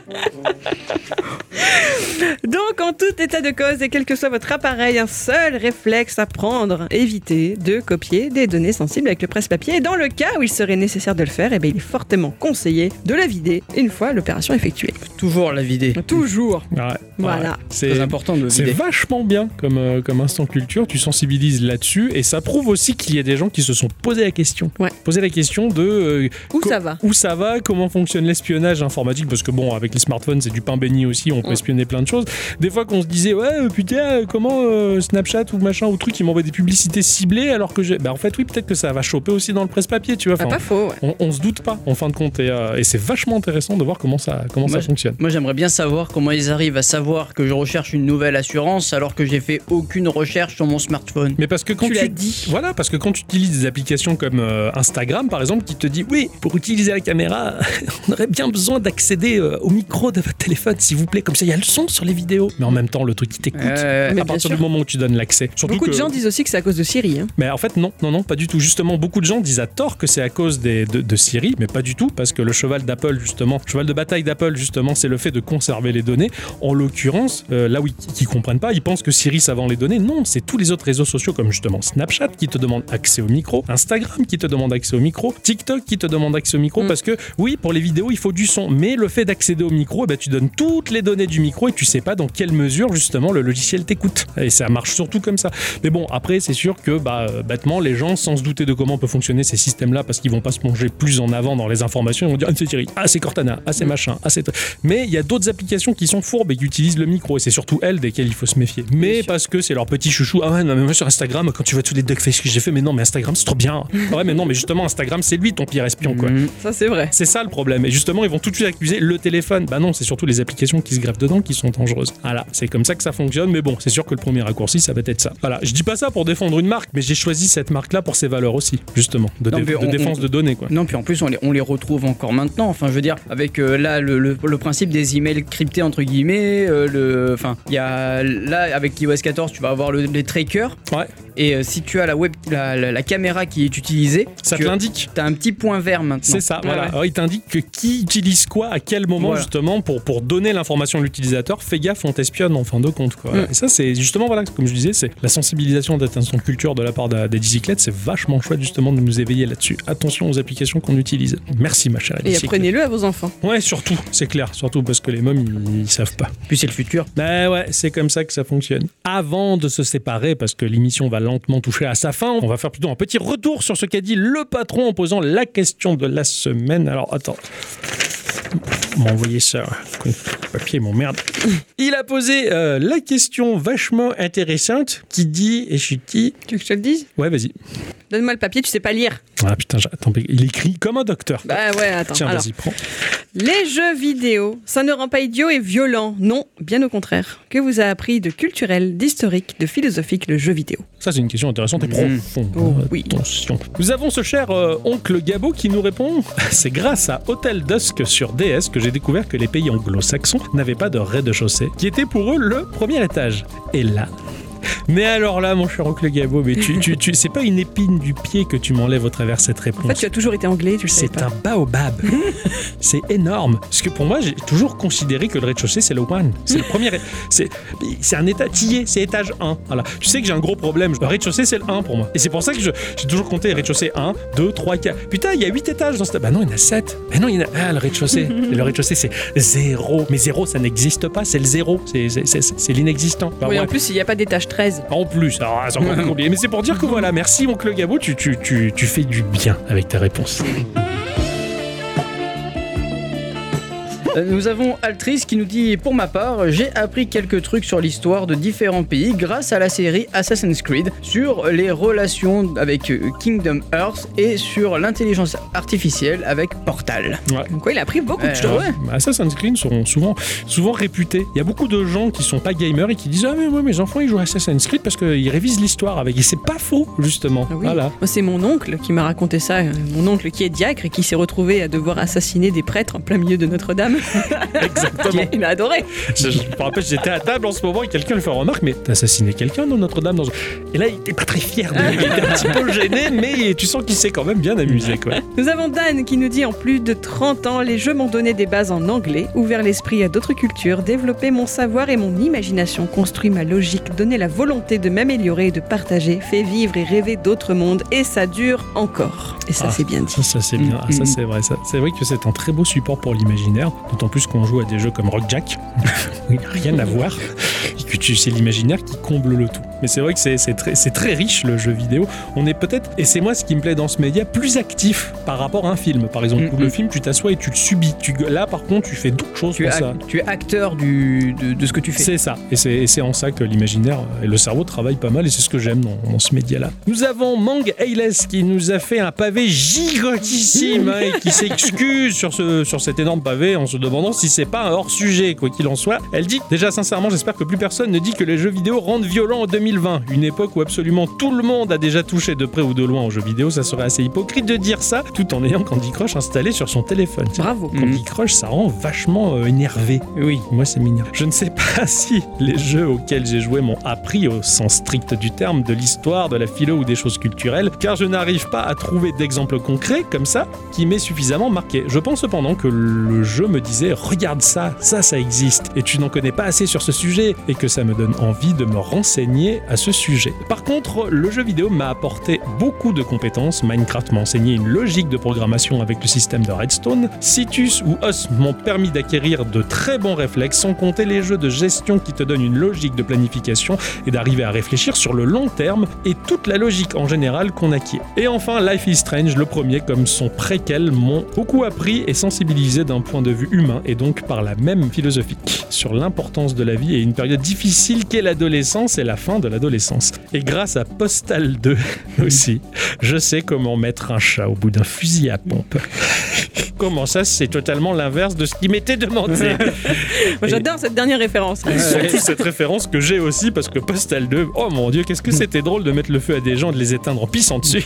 C: Donc, en tout état de cause et quel que soit votre appareil, un seul réflexe à prendre évitez de copier des données sensibles avec le presse-papier. Et dans le cas où il serait nécessaire de le faire, eh bien, il est fortement conseillé de la vider une fois l'opération effectuée.
A: Toujours la vider.
C: Toujours.
B: Ouais, ouais.
C: Voilà.
B: C'est,
A: C'est important de
B: c'est
A: vider.
B: vachement bien comme, euh, comme instant culture. Tu sensibilises là-dessus et ça prouve aussi qu'il y a des gens qui se sont posé la question.
C: Ouais.
B: Posé la question de euh,
C: Où
B: Co-
C: ça va
B: où ça va, comment fonctionne l'espionnage informatique, parce que bon, avec les smartphones, c'est du pain béni aussi, on peut
C: Mm.
B: espionner plein de choses. Des fois qu'on se disait, ouais, euh, putain, euh, comment euh, Snapchat ou machin ou truc, ils m'envoient des publicités ciblées alors que j'ai. Bah, en fait, oui, peut-être que ça va choper aussi dans le presse-papier, tu vois.
C: Ah,
B: Enfin,
C: Pas faux, ouais.
B: on, on se doute pas, en fin de compte, et, euh, et c'est vachement intéressant de voir comment ça, comment
A: Moi,
B: ça fonctionne.
A: Moi, j'aimerais bien savoir comment ils arrivent à savoir que je recherche une nouvelle assurance alors que j'ai fait aucune recherche sur mon smartphone.
B: Mais parce que quand
C: Tu
B: tu,
C: l'as dit.
B: voilà, parce que quand tu utilises des applications comme euh, Instagram par exemple, qui te dit oui, pour utiliser la caméra, on aurait bien besoin d'accéder euh, au micro de votre téléphone, s'il vous plaît, comme ça il y a le son sur les vidéos. Mais en même temps, le truc qui t'écoute.
A: Euh,
C: Mais
B: à
C: bien
B: partir
C: sûr.
B: du moment où tu donnes l'accès. Surtout
C: Beaucoup de
B: que-
C: gens disent aussi que c'est à cause de Siri. hein.
B: Mais en fait, non, non, non, pas du tout. Justement, beaucoup de gens disent à tort que c'est à cause des, de, de Siri, mais pas du tout, parce que le cheval d'Apple, justement, cheval de bataille d'Apple, justement, c'est le fait de conserver les données. En l'occurrence, euh, là où ils, qui comprennent pas, ils pensent que Siri ça vend les données. Non, c'est tous les autres réseaux sociaux, comme justement Snapchat, qui te demande accès au micro, Instagram, qui te demande accès au micro, TikTok, qui te demande accès au micro,
C: Mm.
B: parce que oui, pour les vidéos, il faut du son, mais le fait d'accéder au micro, eh ben, tu donnes toutes les données du micro et tu sais pas dans quelle mesure, justement, le logiciel t'écoute. Et ça marche surtout comme ça. Mais bon, après, c'est sûr que bah, euh, bêtement, les gens, sans se douter de comment peut fonctionner ces systèmes-là, parce qu'ils vont pas se plonger plus en avant dans les informations, ils vont dire Ah, c'est Siri, ah, c'est Cortana, ah, c'est machin, ah, c'est. Mais il y a d'autres applications qui sont fourbes et qui utilisent le micro, et c'est surtout elles desquelles il faut se méfier. Mais parce que c'est leur petit chouchou, ah ouais, non, mais moi sur Instagram, quand tu vois tous les duckface que j'ai fait, mais non, mais Instagram, c'est trop bien. Ah ouais, mais non, mais justement, Instagram, c'est lui ton pire espion, quoi.
A: mm,
C: Ça, c'est vrai.
B: C'est ça le problème. Et justement, ils vont tout de suite accuser le téléphone. Bah non, c'est surtout les applications qui se greffent dedans qui sont dangereuses. Voilà, c'est comme ça que ça fonctionne. Mais bon, c'est sûr que le premier raccourci, ça va être ça. Voilà, je dis pas ça pour défendre une marque, mais j'ai choisi cette marque-là pour ses valeurs aussi, justement, de,
A: Non,
B: dé-
A: mais
B: de
A: on-
B: défense
A: on-
B: de données, quoi.
A: Non, puis en plus, on les, on les retrouve encore maintenant. Enfin, je veux dire, avec euh, là le, le- le principe des emails cryptés, entre guillemets, euh, le. Enfin, il y a. Là, avec iOS 14, tu vas avoir le- les trackers.
B: Ouais,
A: Et euh, si tu as la, web, la, la- la caméra qui est utilisée,
B: ça te
A: tu
B: l'indique.
A: as un petit point vert maintenant.
B: C'est ça,
C: Ouais,
B: voilà.
C: ouais.
B: Alors, il t'indique que qui utilise quoi, à quel moment,
A: Voilà.
B: justement, pour, pour donner l'information à l'utilisateur. Fais gaffe, on t'espionne en fin de compte, quoi.
C: Mm.
B: Et ça, c'est justement, voilà, comme je disais, c'est la sensibilisation d'attention culture de la part de- des bicyclettes. C'est vachement chouette, justement, de nous éveiller là-dessus. Attention aux applications qu'on utilise. Merci, ma chère
C: Et
B: bicyclette.
C: apprenez-le à vos enfants.
B: Ouais, surtout, c'est clair, surtout parce que les mômes, ils, ils savent pas.
A: Puis c'est le futur.
B: Bah ouais, c'est comme ça que ça fonctionne. Avant de se séparer, parce que l'émission va lentement toucher à sa fin, on va faire plutôt un petit retour sur ce qu'a dit le patron en posant la question de la semaine. Alors attends. On m'a envoyé ça, ouais. papier, mon merde. Il a posé euh, la question vachement intéressante qui dit, et je suis qui
C: Tu veux que je te le dise
B: Ouais, vas-y.
C: Donne-moi le papier, tu sais pas lire.
B: Ah putain, j'ai- attends, il écrit comme un docteur.
C: Bah ouais, attends.
B: Tiens,
C: Alors,
B: vas-y, prends.
C: les jeux vidéo, ça ne rend pas idiot et violent. Non, bien au contraire. Que vous a appris de culturel, d'historique, de philosophique le jeu vidéo
B: Ça, c'est une question intéressante et
A: Mhm.
B: profonde.
C: Oh, oui.
B: Attention. Nous avons ce cher euh, oncle Gabo qui nous répond C'est grâce à Hotel Dusk sur DS que j'ai j'ai découvert que les pays anglo-saxons n'avaient pas de rez-de-chaussée, qui était pour eux le premier étage. Et là, mais alors là, mon cher Oncle Gabo, mais tu, tu, tu, c'est pas une épine du pied que tu m'enlèves au travers de cette réponse.
C: En fait, tu as toujours été anglais, tu le sais
B: C'est
C: pas.
B: un baobab. c'est énorme. Parce que pour moi, j'ai toujours considéré que le rez-de-chaussée, c'est le one. C'est le premier. C'est c'est un étatillé, c'est étage 1. Voilà. Tu sais que j'ai un gros problème. Le rez-de-chaussée, c'est le 1 pour moi. Et c'est pour ça que je- j'ai toujours compté rez-de-chaussée 1, 2, 3, 4. Putain, il y a 8 étages dans cette. Bah non, il y en a 7. Bah non, il y en a. Ah, le rez-de-chaussée. le rez-de-chaussée, c'est 0. Mais 0, ça n'existe pas. C'est le 0. C'est c'est- c'est- c'est l'inexistant. Bah,
C: Oui, en
B: bref.
C: plus, il n'y a pas d'étage 13.
B: En plus, alors c'est encore plus compliqué. Mais c'est pour dire que voilà, merci oncle Gabo, tu, tu, tu, tu fais du bien avec ta réponse.
A: Euh, Nous avons Altrice qui nous dit Pour ma part, j'ai appris quelques trucs sur l'histoire de différents pays grâce à la série Assassin's Creed, sur les relations avec euh, Kingdom Hearts et sur l'intelligence artificielle avec Portal.
C: Donc, ouais, il a appris beaucoup de
A: Ouais.
C: choses.
B: Euh, bah, Assassin's Creed sont souvent, souvent réputés. Il y a beaucoup de gens qui sont pas gamers et qui disent Ah, mais moi, mes enfants, ils jouent à Assassin's Creed parce qu'ils révisent l'histoire avec. Et c'est pas faux, justement.
C: Ah oui.
B: Voilà.
C: Moi, c'est mon oncle qui m'a raconté ça. euh, Mon oncle qui est diacre et qui s'est retrouvé à devoir assassiner des prêtres en plein milieu de Notre-Dame.
B: Exactement.
C: Il a adoré.
B: je, je me rappelle, j'étais à table en ce moment et quelqu'un lui fait remarque Mais t'as assassiné quelqu'un dans Notre-Dame dans... Et là, il était pas très fier de lui. Il était un petit peu gêné, mais tu sens qu'il s'est quand même bien amusé, quoi.
C: Nous avons Dan qui nous dit en plus de 30 ans, les jeux m'ont donné des bases en anglais, ouvert l'esprit à d'autres cultures, développé mon savoir et mon imagination, construit ma logique, donné la volonté de m'améliorer et de partager, fait vivre et rêver d'autres mondes, et ça dure encore. Et ça,
B: Ah.
C: c'est bien dit.
B: Ça, ça, c'est bien. Ah, ça,
A: Mm.
B: c'est vrai. ça. C'est vrai que c'est un très beau support pour l'imaginaire, d'autant plus qu'on joue à des jeux comme Rock Jack, où il n'y a rien à voir, et que tu- c'est l'imaginaire qui comble le tout. Mais c'est vrai que c'est c'est très, c'est très riche le jeu vidéo. On est peut-être, et c'est moi ce qui me plaît dans ce média, plus actif par rapport à un film. Par exemple,
A: Mm,
B: où le
A: mm.
B: film, tu t'assois et tu le subis. Tu, gueules. là, par contre, tu fais d'autres choses
A: Tu es,
B: pour
A: ac-
B: ça.
A: tu es acteur du, de, de ce que tu fais.
B: C'est ça, et c'est et c'est en ça que l'imaginaire et le cerveau travaillent pas mal, et c'est ce que j'aime dans, dans ce média-là. Nous avons Mang Ailes qui nous a fait un pavé gigantissime hein, et qui s'excuse sur, ce, sur cet énorme pavé en se demandant si c'est pas un hors-sujet, quoi qu'il en soit. Elle dit Déjà, sincèrement, j'espère que plus personne ne dit que les jeux vidéo rendent violents en 2020, une époque où absolument tout le monde a déjà touché de près ou de loin aux jeux vidéo, ça serait assez hypocrite de dire ça tout en ayant Candy Crush installé sur son téléphone.
C: Bravo.
A: Mm.
B: Candy Crush, ça rend vachement euh, énervé.
A: Oui.
B: Moi, c'est mignon. Je ne sais pas si les jeux auxquels j'ai joué m'ont appris au sens strict du terme de l'histoire, de la philo ou des choses culturelles, car je n'arrive pas à trouver d'exemple concret comme ça qui m'ait suffisamment marqué. Je pense cependant que le jeu me disait regarde ça, ça, ça existe, et tu n'en connais pas assez sur ce sujet, et que ça me donne envie de me renseigner à ce sujet. Par contre, le jeu vidéo m'a apporté beaucoup de compétences. Minecraft m'a enseigné une logique de programmation avec le système de Redstone. Citus ou Os m'ont permis d'acquérir de très bons réflexes, sans compter les jeux de gestion qui te donnent une logique de planification et d'arriver à réfléchir sur le long terme et toute la logique en général qu'on acquiert. Et enfin, Life is Strange, le premier comme son préquel, m'ont beaucoup appris et sensibilisé d'un point de vue humain et donc par la même philosophique sur l'importance de la vie et une période difficile qu'est l'adolescence et la fin de l'adolescence. Et grâce à Postal 2 aussi, je sais comment mettre un chat au bout d'un fusil à pompe. comment ça, c'est totalement l'inverse de ce qui m'était demandé.
C: Moi, j'adore cette dernière référence.
B: Et surtout cette référence que j'ai aussi parce que Postal 2, oh mon dieu, qu'est-ce que c'était drôle de mettre le feu à des gens et de les éteindre en pissant dessus.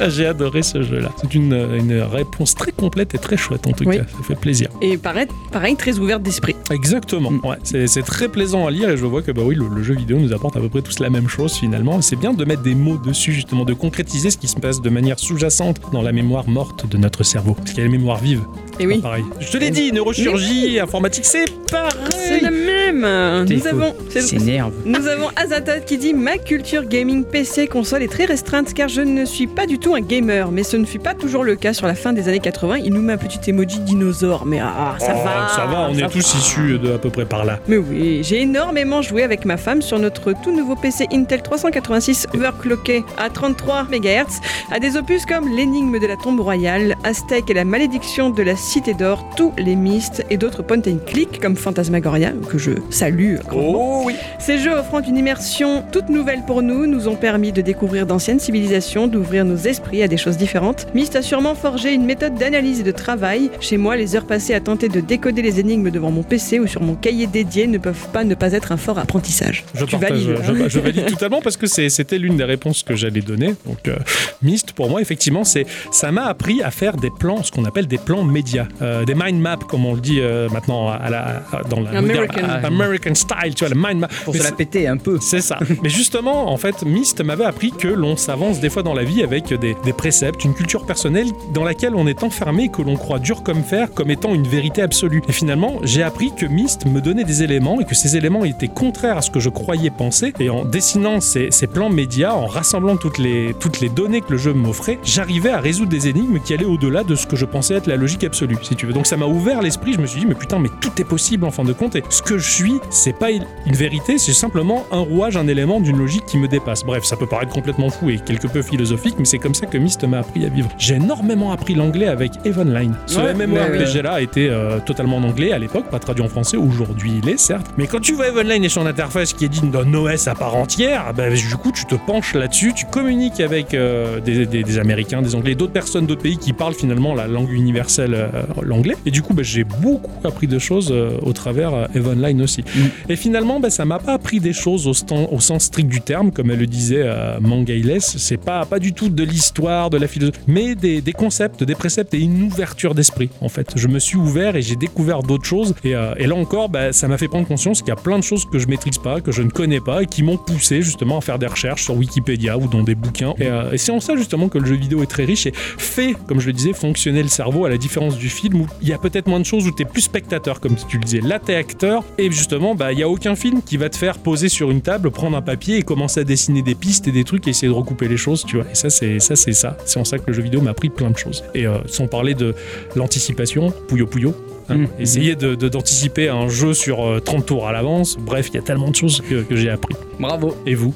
B: j'ai adoré ce jeu-là. C'est une, euh, une réponse très complète et très chouette en tout
C: Oui.
B: cas. Ça fait plaisir.
C: Et pareil, pareil, très ouverte d'esprit.
B: Exactement.
A: Mm.
B: Ouais, c'est, c'est très plaisant à lire et je vois que bah oui, le, le jeu vidéo nous apporte à peu près tous la même chose finalement. C'est bien de mettre des mots dessus justement, de concrétiser ce qui se passe de manière sous-jacente dans la mémoire morte de notre cerveau. Parce qu'il y a la mémoire vive.
C: Et oui.
B: pas pareil. Je te l'ai dit, neurochirurgie, informatique, Ah, c'est
C: C'est
B: pareil.
C: le même.
A: T'es
C: Nous
A: fou.
C: avons. c'est-
A: S'énerve.
C: Nous avons Azatad qui dit Ma culture gaming PC console est très restreinte car je ne suis pas du tout un gamer. Mais ce ne fut pas toujours le cas sur la fin des années 80. Il nous met un petit emoji dinosaure. Mais ah, ça
B: Oh,
C: va
B: ça va, on est
C: ça
B: tous
C: va.
B: issus de à peu près par là.
C: Mais oui, j'ai énormément joué avec ma femme sur notre tout nouveau PC Intel 386 overclocké à 33 MHz, à des opus comme L'énigme de la tombe royale, Aztec et la malédiction de la cité d'or, tous les mystes et d'autres point and click comme Phantasmagoria, que je salue grandement.
B: Oh oui.
C: Ces jeux offrant une immersion toute nouvelle pour nous nous ont permis de découvrir d'anciennes civilisations, d'ouvrir nos esprits à des choses différentes. Myst a sûrement forgé une méthode d'analyse et de travail. Chez moi, les heures passées à tenter de décoder les énigmes devant mon PC ou sur mon cahier dédié ne peuvent pas ne pas être un fort apprentissage.
B: Je
C: tu
B: partage,
C: valides. hein
B: je, je valide totalement parce que c'est- c'était l'une des réponses que j'allais donner. Donc, euh, Myst, pour moi, effectivement, c'est ça m'a appris à faire des plans, ce qu'on appelle des plans médias. Wikipédia, euh, des mind maps comme on le dit euh, maintenant à- à la- à- dans la
C: American.
B: moderne- à- American style, tu vois, le mind map.
A: Pour
B: Mais
A: se la péter un peu.
B: c'est ça. Mais justement, en fait, Myst m'avait appris que l'on s'avance des fois dans la vie avec des, des préceptes, une culture personnelle dans laquelle on est enfermé, que l'on croit dur comme fer, comme étant une vérité absolue. Et finalement, j'ai appris que Myst me donnait des éléments et que ces éléments étaient contraires à ce que je croyais penser. Et en dessinant ces, ces plans médias, en rassemblant toutes les, toutes les données que le jeu m'offrait, j'arrivais à résoudre des énigmes qui allaient au-delà de ce que je pensais être la logique absolue, si tu veux. Donc ça m'a ouvert l'esprit, je me suis dit, mais putain, mais tout est possible en fin de compte. Et ce que je suis, c'est pas il- une vérité, c'est simplement un rouage, un élément d'une logique qui me dépasse. Bref, ça peut paraître complètement fou et quelque peu philosophique, mais c'est comme ça que Myst m'a appris à vivre. J'ai énormément appris l'anglais avec Evenline. Ce
A: Ouais,
B: MMORPG-là était euh, totalement en anglais à l'époque, pas traduit en français, aujourd'hui il est certes. Mais quand tu vois Evenline et son interface qui est digne d'un OS à part entière, ben, du coup tu te penches là-dessus, tu communiques avec euh, des, des- des Américains, des Anglais, d'autres personnes, d'autres pays qui parlent finalement la langue universelle, euh, l'anglais. Et du coup ben, j'ai beaucoup appris de choses euh, au travers euh, Evenline aussi. Et finalement, ben, ça m'a pas appris des choses au, stan- au sens strict du terme, comme elle le disait euh, Mangailes. C'est pas, pas du tout de l'histoire, de la philosophie, mais des, des concepts, des préceptes et une ouverture d'esprit, en fait. Je me suis ouvert et j'ai découvert d'autres choses. Et, euh, et là encore, ben, ça m'a fait prendre conscience qu'il y a plein de choses que je maîtrise pas, que je ne connais pas, et qui m'ont poussé justement à faire des recherches sur Wikipédia ou dans des bouquins. Et, euh, et c'est en ça justement que le jeu vidéo est très riche et fait, comme je le disais, fonctionner le cerveau à la différence du film où il y a peut-être moins de choses où tu es plus spectateur, comme tu le disais. Là, tu es acteur et justement, bah, il y a aucun film qui va te faire poser sur une table, prendre un papier et commencer à dessiner des pistes et des trucs et essayer de recouper les choses, tu vois. Et ça, c'est ça. C'est ça. C'est en ça que le jeu vidéo m'a appris plein de choses. Et euh, sans parler de l'anticipation, Puyo Puyo. hein.
A: Mm.
B: Essayer de- de- d'anticiper un jeu sur euh, 30 tours à l'avance. Bref, il y a tellement de choses que, que j'ai appris.
A: Bravo.
B: Et vous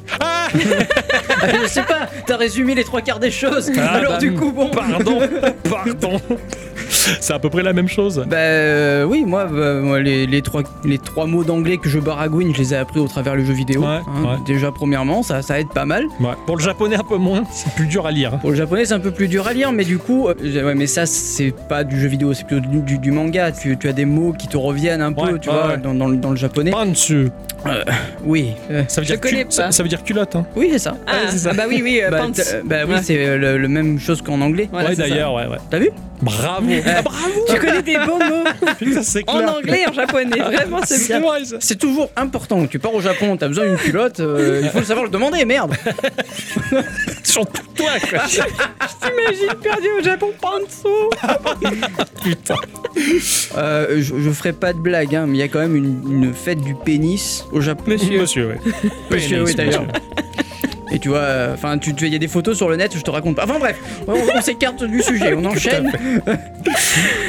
A: je sais pas, t'as résumé les trois quarts des choses.
B: Ah,
A: Alors
B: bah,
A: du coup, bon.
B: Pardon Pardon C'est à peu près la même chose.
A: Bah euh, oui, moi, bah, moi, les, les trois, les trois mots d'anglais que je baragouine, je les ai appris au travers le jeu vidéo. hein,
B: Ouais, ouais.
A: Déjà, premièrement, ça, ça aide pas mal.
B: Ouais. Pour le japonais un peu moins, c'est plus dur à lire. hein.
A: Pour le japonais, c'est un peu plus dur à lire, mais du coup, euh, j'ai- ouais, mais ça, c'est pas du jeu vidéo, c'est plutôt du, du- du manga. Tu, tu as des mots qui te reviennent un peu,
B: Ouais,
A: tu
B: ouais,
A: vois,
B: ouais.
A: Dans, dans le- dans le japonais.
B: Pantsu,
A: Oui. euh,
B: ça veut
C: Je
B: dire cul-
C: connais pas.
B: ça, ça veut dire culotte. hein.
A: oui, c'est ça.
C: Ah,
B: Ouais, c'est ça.
C: ah bah oui, oui, euh,
A: bah,
C: pants.
A: t'as- euh, bah oui,
C: Ouais.
A: c'est euh, le, le même chose qu'en anglais.
C: Voilà,
B: ouais
C: c'est ça.
B: d'ailleurs, ouais ouais.
A: T'as vu Euh,
B: Bravo. Ah, bravo.
C: Tu connais des beaux mots
B: Putain, c'est
C: en
B: clair.
C: anglais et en japonais. Vraiment, c'est
B: C'est
C: bien.
B: vrai, ça.
A: Oh C'est toujours important. Tu pars au Japon, t'as besoin d'une culotte, euh, il faut le savoir le demander, merde.
B: Surtout toi quoi.
C: T'imagines perdu au Japon, Panso
B: Putain.
A: Euh, je, je ferai pas de blague, hein, mais il y a quand même une, une fête du pénis au Japon.
B: Monsieur, ouais.
A: Monsieur, oui,
B: Pénis,
A: d'ailleurs.
B: monsieur.
A: Et tu vois, enfin, tu tu- il y a des photos sur le net, je te raconte pas. Enfin bref, on, on s'écarte du sujet, on enchaîne.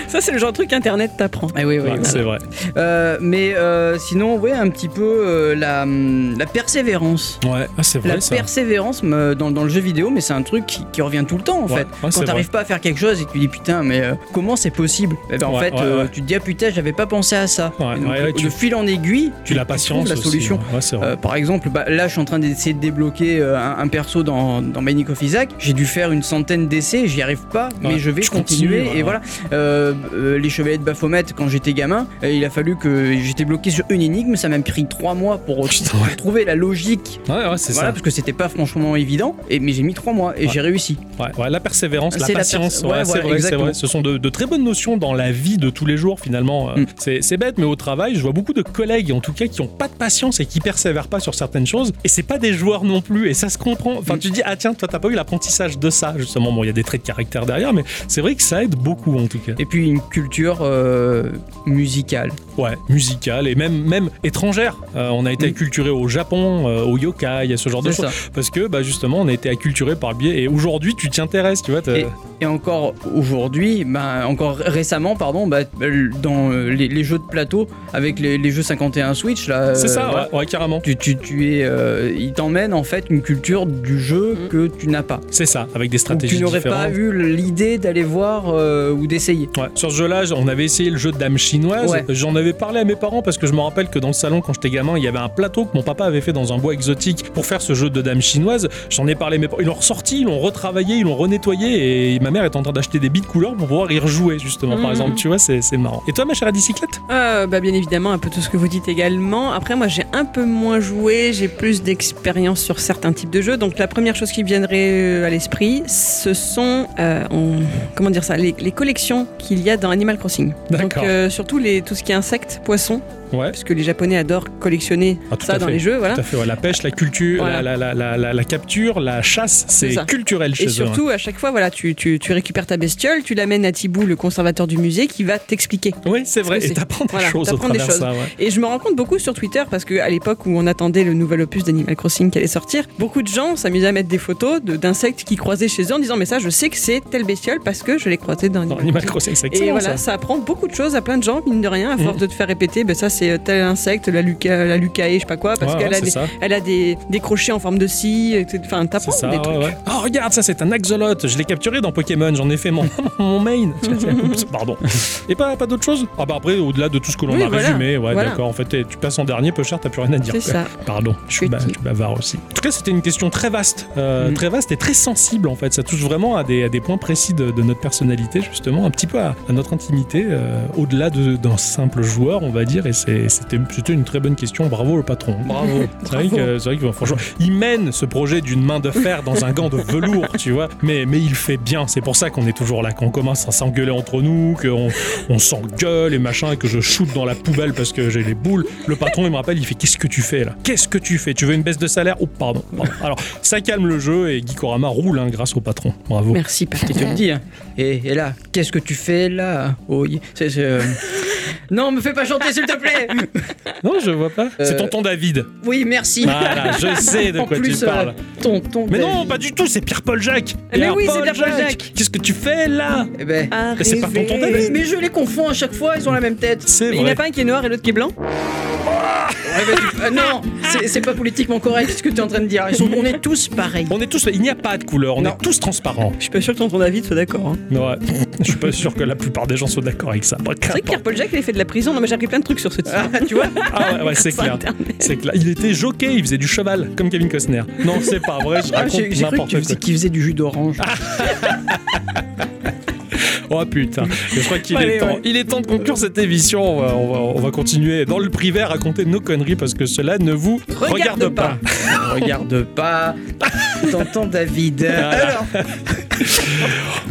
C: Ça, c'est le genre de truc qu'Internet t'apprend.
A: Ah oui, oui.
B: Ouais,
A: voilà.
B: c'est vrai.
A: Euh, mais euh, sinon, ouais, un petit peu euh, la, hum, la persévérance.
B: Ouais, ah, c'est
A: La
B: vrai ça.
A: persévérance me- dans, dans le jeu vidéo, mais c'est un truc qui, qui revient tout le temps en
B: Ouais,
A: fait.
B: ouais,
A: Quand
B: c'est
A: t'arrives pas à faire quelque chose et que tu dis putain, mais euh, comment c'est possible Eh ben, En
B: Ouais,
A: fait,
B: ouais,
A: euh,
B: ouais.
A: tu te dis ah putain, j'avais pas pensé à ça.
B: Ouais,
A: Et donc,
B: ouais, ouais,
A: de
B: tu-
A: fil en aiguille,
B: Tu la
A: trouves
B: patience
A: la
B: aussi,
A: solution.
B: ouais, ouais, c'est vrai.
A: Euh, par exemple, bah, là, je suis en train d'essayer de débloquer euh, un, un perso dans, dans Manic of Isaac. J'ai dû faire une centaine d'essais, j'y arrive pas, mais
B: Ouais,
A: je vais
B: tu
A: continuer.
B: continues, ouais,
A: et
B: ouais.
A: voilà, Euh, euh, les chevaliers de Baphomet, quand j'étais gamin, euh, il a fallu que j'étais bloqué sur une énigme. Ça m'a pris trois mois pour
B: Putain, ouais.
A: trouver la logique.
B: Ouais, ouais, c'est
A: Voilà,
B: ça.
A: parce que c'était pas franchement évident, et, mais j'ai mis trois mois et
B: Ouais.
A: j'ai réussi.
B: Ouais, ouais, la persévérance, la
A: C'est la
B: patience,
A: perse-
B: ouais,
A: ouais,
B: c'est
A: voilà,
B: vrai, c'est
A: exactement.
B: vrai. Ce sont de, de très bonnes notions dans la vie de tous les jours finalement. Euh,
A: Mm.
B: C'est c'est bête, mais au travail, je vois beaucoup de collègues en tout cas qui ont pas de patience et qui persévèrent pas sur certaines choses. Et c'est pas des joueurs non plus, et ça se comprend. Enfin,
A: Mm.
B: tu dis ah tiens, toi t'as pas eu l'apprentissage de ça justement. Bon, il y a des traits de caractère derrière, mais c'est vrai que ça aide beaucoup en tout cas.
A: Et puis une culture euh, musicale.
B: Ouais, musicale et même même étrangère. Euh, on a été
A: Mm.
B: acculturé au Japon, euh, au yokai, à ce genre de
A: C'est
B: choses.
A: ça.
B: Parce que bah justement, on a été acculturé par le biais. Et aujourd'hui, tu t'y intéresses, tu vois. t'as-
A: Et encore aujourd'hui, ben, encore récemment, pardon, ben, dans euh, les, les jeux de plateau, avec les, les jeux 51 Switch, là. euh,
B: C'est ça,
A: voilà,
B: ouais, ouais, carrément.
A: Tu, tu, tu es, euh, il t'emmène en fait une culture du jeu
C: Mm.
A: que tu n'as pas.
B: C'est ça, avec des
A: Ou que
B: stratégies
A: tu n'aurais pas
B: différentes.
A: eu l'idée d'aller voir euh, ou d'essayer.
B: Ouais. Sur ce jeu-là, on avait essayé le jeu de dame chinoise.
A: Ouais.
B: J'en avais parlé à mes parents parce que je me rappelle que dans le salon, quand j'étais gamin, il y avait un plateau que mon papa avait fait dans un bois exotique pour faire ce jeu de dame chinoise. J'en ai parlé à mes parents. Ils l'ont ressorti, ils l'ont retravaillé, ils l'ont renettoyé et ma mère est en train d'acheter des billes de couleur pour pouvoir y rejouer, justement,
C: Mhm.
B: par exemple. Tu vois, c'est c'est marrant. Et toi, ma chère à bicyclette
C: Euh, bah bien évidemment, un peu tout ce que vous dites également. Après, moi, j'ai un peu moins joué, j'ai plus d'expérience sur certains types de jeux. Donc, la première chose qui me viendrait euh, à l'esprit, ce sont, euh, on- comment dire ça, les, les collections collection qu'il y a dans Animal Crossing. Donc
B: D'accord.
C: euh, surtout les, tout ce qui est insectes, poissons,
B: Ouais.
C: parce que les Japonais adorent collectionner
B: Ah, tout à
C: ça dans
B: fait.
C: les jeux, voilà.
B: Tout à fait, ouais, la pêche, la culture,
C: hein Voilà.
B: la, la- la- la- la capture, la chasse,
C: C'est
B: c'est
C: ça.
B: culturel chez
C: Et
B: eux. hein.
C: surtout, à chaque fois, voilà, tu, tu, tu récupères ta bestiole, tu l'amènes à Thibou, le conservateur du musée, qui va t'expliquer.
B: Oui, c'est vrai.
C: que
B: Et
C: c'est-
B: t'apprends des
C: voilà,
B: choses au
C: t'apprends des
B: travers de ça.
C: choses.
B: ouais.
C: Et je me rends compte beaucoup sur Twitter, parce qu'à l'époque où on attendait le nouvel opus d'Animal Crossing qui allait sortir, beaucoup de gens s'amusaient à mettre des photos de- d'insectes qui croisaient chez eux en disant Mais ça, je sais que c'est telle bestiole parce que je l'ai croisée dans
B: Dans
C: Animal
B: Animal
C: Crossing.
B: Crossing, c'est
C: Et
B: excellent
C: voilà, ça.
B: ça.
C: apprend beaucoup de choses à plein de gens, mine de rien, à force
B: Mm.
C: de te faire répéter, ben ça c'est tel insecte, la, luca, la lucae, je sais pas quoi, parce
B: Ouais,
C: qu'elle
B: ouais,
C: a,
B: c'est
C: des-
B: ça.
C: elle a des, des crochets en forme de scie, etc. enfin t'apprends
B: C'est ça,
C: des
B: ouais,
C: trucs.
B: ouais. Oh, regarde, ça, c'est un axolote. Je l'ai capturé dans Pokémon. J'en ai fait mon, mon main. Oups, Pardon. Et pas, pas d'autre chose Ah, bah après, au-delà de tout ce que l'on
C: Oui,
B: a
C: voilà.
B: résumé, ouais,
C: Voilà.
B: d'accord. En fait, t'es- tu passes en dernier, peu cher, t'as plus rien à dire.
C: C'est
B: quoi.
C: ça.
B: Pardon, je suis,
C: Petit.
B: ba- je suis bavard aussi. En tout cas, c'était une question très vaste, euh,
A: Mm.
B: très vaste et très sensible en fait. Ça touche vraiment à des, à des points précis de, de notre personnalité, justement, un petit peu à, à notre intimité, euh, au-delà de- d'un simple joueur, on va dire. Et c'est- c'était c'était une très bonne question. Bravo le patron. Bravo. C'est vrai
C: Bravo.
B: que, c'est vrai que, franchement, il mène ce projet d'une main de fer dans un gant de velours, tu vois. Mais, mais il fait bien. C'est pour ça qu'on est toujours là, qu'on commence à s'engueuler entre nous, qu'on on s'engueule et machin, que je shoote dans la poubelle parce que j'ai les boules. Le patron, il me rappelle, il fait Qu'est-ce que tu fais là Qu'est-ce que tu fais Tu veux une baisse de salaire Oh, pardon, pardon. Alors, ça calme le jeu et Gikorama roule hein, grâce au patron. Bravo.
C: Merci
A: Et
C: Patrick.
A: tu me dis, hein, et, et là, qu'est-ce que tu fais là Oh, y- c'est- c'est, euh, Non, me fais pas chanter, s'il te plaît
B: Non, je vois pas. C'est
A: Euh,
B: tonton David.
A: Oui, merci.
B: Voilà, je sais Bah, de
A: En
B: quoi
A: plus,
B: tu
A: euh,
B: parles.
A: Tonton
B: Mais non,
A: David.
B: pas du tout, c'est Pierre-Paul Jacques.
C: Mais oui, c'est
B: Pierre-Paul
C: Pierre-Paul
B: Jacques. Qu'est-ce que tu fais là
A: Eh ben,
B: Ah, Mais c'est pas
C: Euh, Arrivé.
B: tonton David.
A: mais je les confonds à chaque fois, ils ont la même tête.
B: C'est
C: Mais Il n'y
B: vrai.
C: a pas un qui est noir et l'autre qui est blanc
A: Ah bah, tu- ah non, c'est- c'est pas politiquement correct ce que tu es en train de dire. Ils sont- on est tous pareils.
B: On est tous, il n'y a pas de couleur, on
A: Non.
B: est tous transparents.
C: Je suis pas sûr que tonton David soit d'accord. hein.
B: Ouais, je suis pas sûr que la plupart des gens soient d'accord avec ça. Bon,
C: C'est vrai que
B: qu'importe.
C: Pierre-Paul Jacques, il a fait de la prison. Non, mais j'ai appris plein de trucs sur ce titre.
A: tu vois
B: Ah ouais, ouais, c'est
C: Sur
B: clair.
C: Internet.
B: C'est clair. Il était jockey, il faisait du cheval, comme Kevin Costner. Non, c'est pas vrai, je
A: Ah,
B: raconte
A: J'ai j'ai cru que
B: n'importe
A: tu
B: quoi.
A: faisais, qu'il faisait du jus d'orange.
B: Oh putain, je crois qu'il
C: Allez,
B: est temps.
C: ouais.
B: Il est temps de conclure cette émission. On va, on va- on va continuer dans le privé à raconter nos conneries parce que cela ne vous regarde,
C: Regarde
B: pas.
C: pas.
A: Regarde pas. T'entends David. Alors,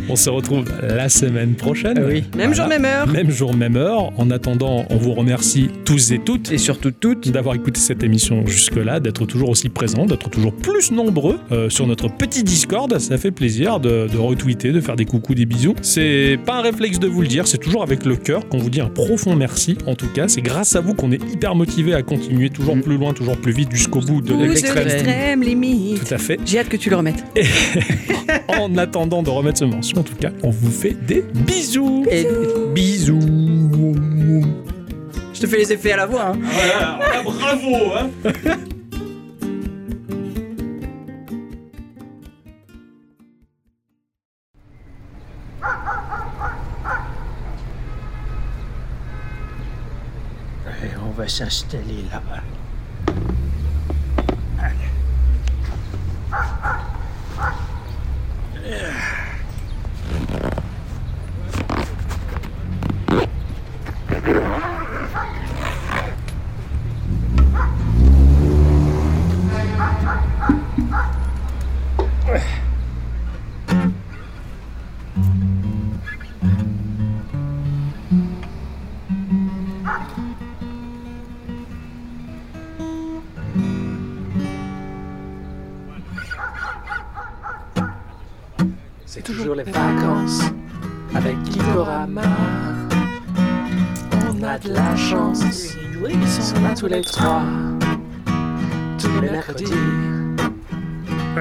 B: On se retrouve la semaine prochaine.
A: Ah oui.
C: Même jour,
B: Voilà.
C: même heure.
B: Même jour, même heure. En attendant, on vous remercie tous et toutes
A: et surtout toutes.
B: d'avoir écouté cette émission jusque-là, d'être toujours aussi présents, d'être toujours plus nombreux euh, sur notre petit Discord. Ça fait plaisir de, de retweeter, de faire des coucous, des bisous. C'est pas un réflexe de vous le dire, c'est toujours avec le cœur qu'on vous dit un profond merci. En tout cas, c'est grâce à vous qu'on est hyper motivé à continuer toujours
A: Mm.
B: plus loin, toujours plus vite, jusqu'au bout de
C: Ou de
B: l'extrême.
C: l'extrême limite.
B: Tout à fait.
C: J'ai hâte que tu le remettes.
B: En attendant de remettre ce morceau, en tout cas, on vous fait des bisous.
A: Et bisous. Je te fais les effets à la voix. hein.
B: bravo, hein
D: Et on va s'installer là-bas.
E: C'est toujours les vacances avec Gikorama. On a de la chance, ils sont là tous les trois. Tous les mercredis,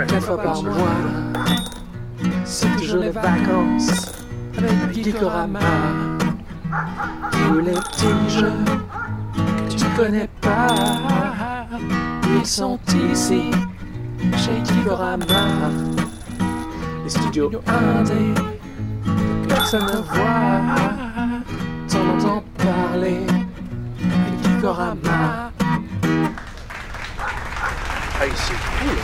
E: quatre fois par mois. C'est bah, toujours les vacances avec Gikorama. Tous les petits jeux que tu connais pas, ils sont ici chez Gikorama les studios indés, personne ne voit, t'en entends parler, avec Gikorama.
F: Ah, c'est cool,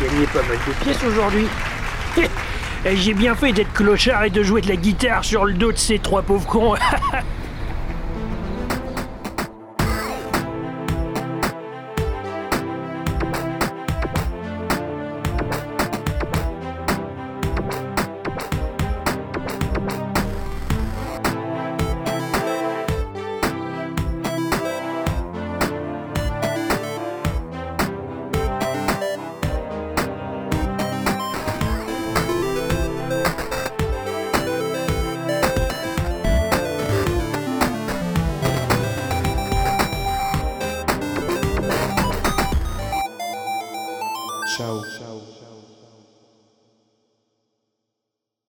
F: j'ai gagné pas mal de pièces aujourd'hui. Eh, j'ai bien fait d'être clochard et de jouer de la guitare sur le dos de ces trois pauvres cons.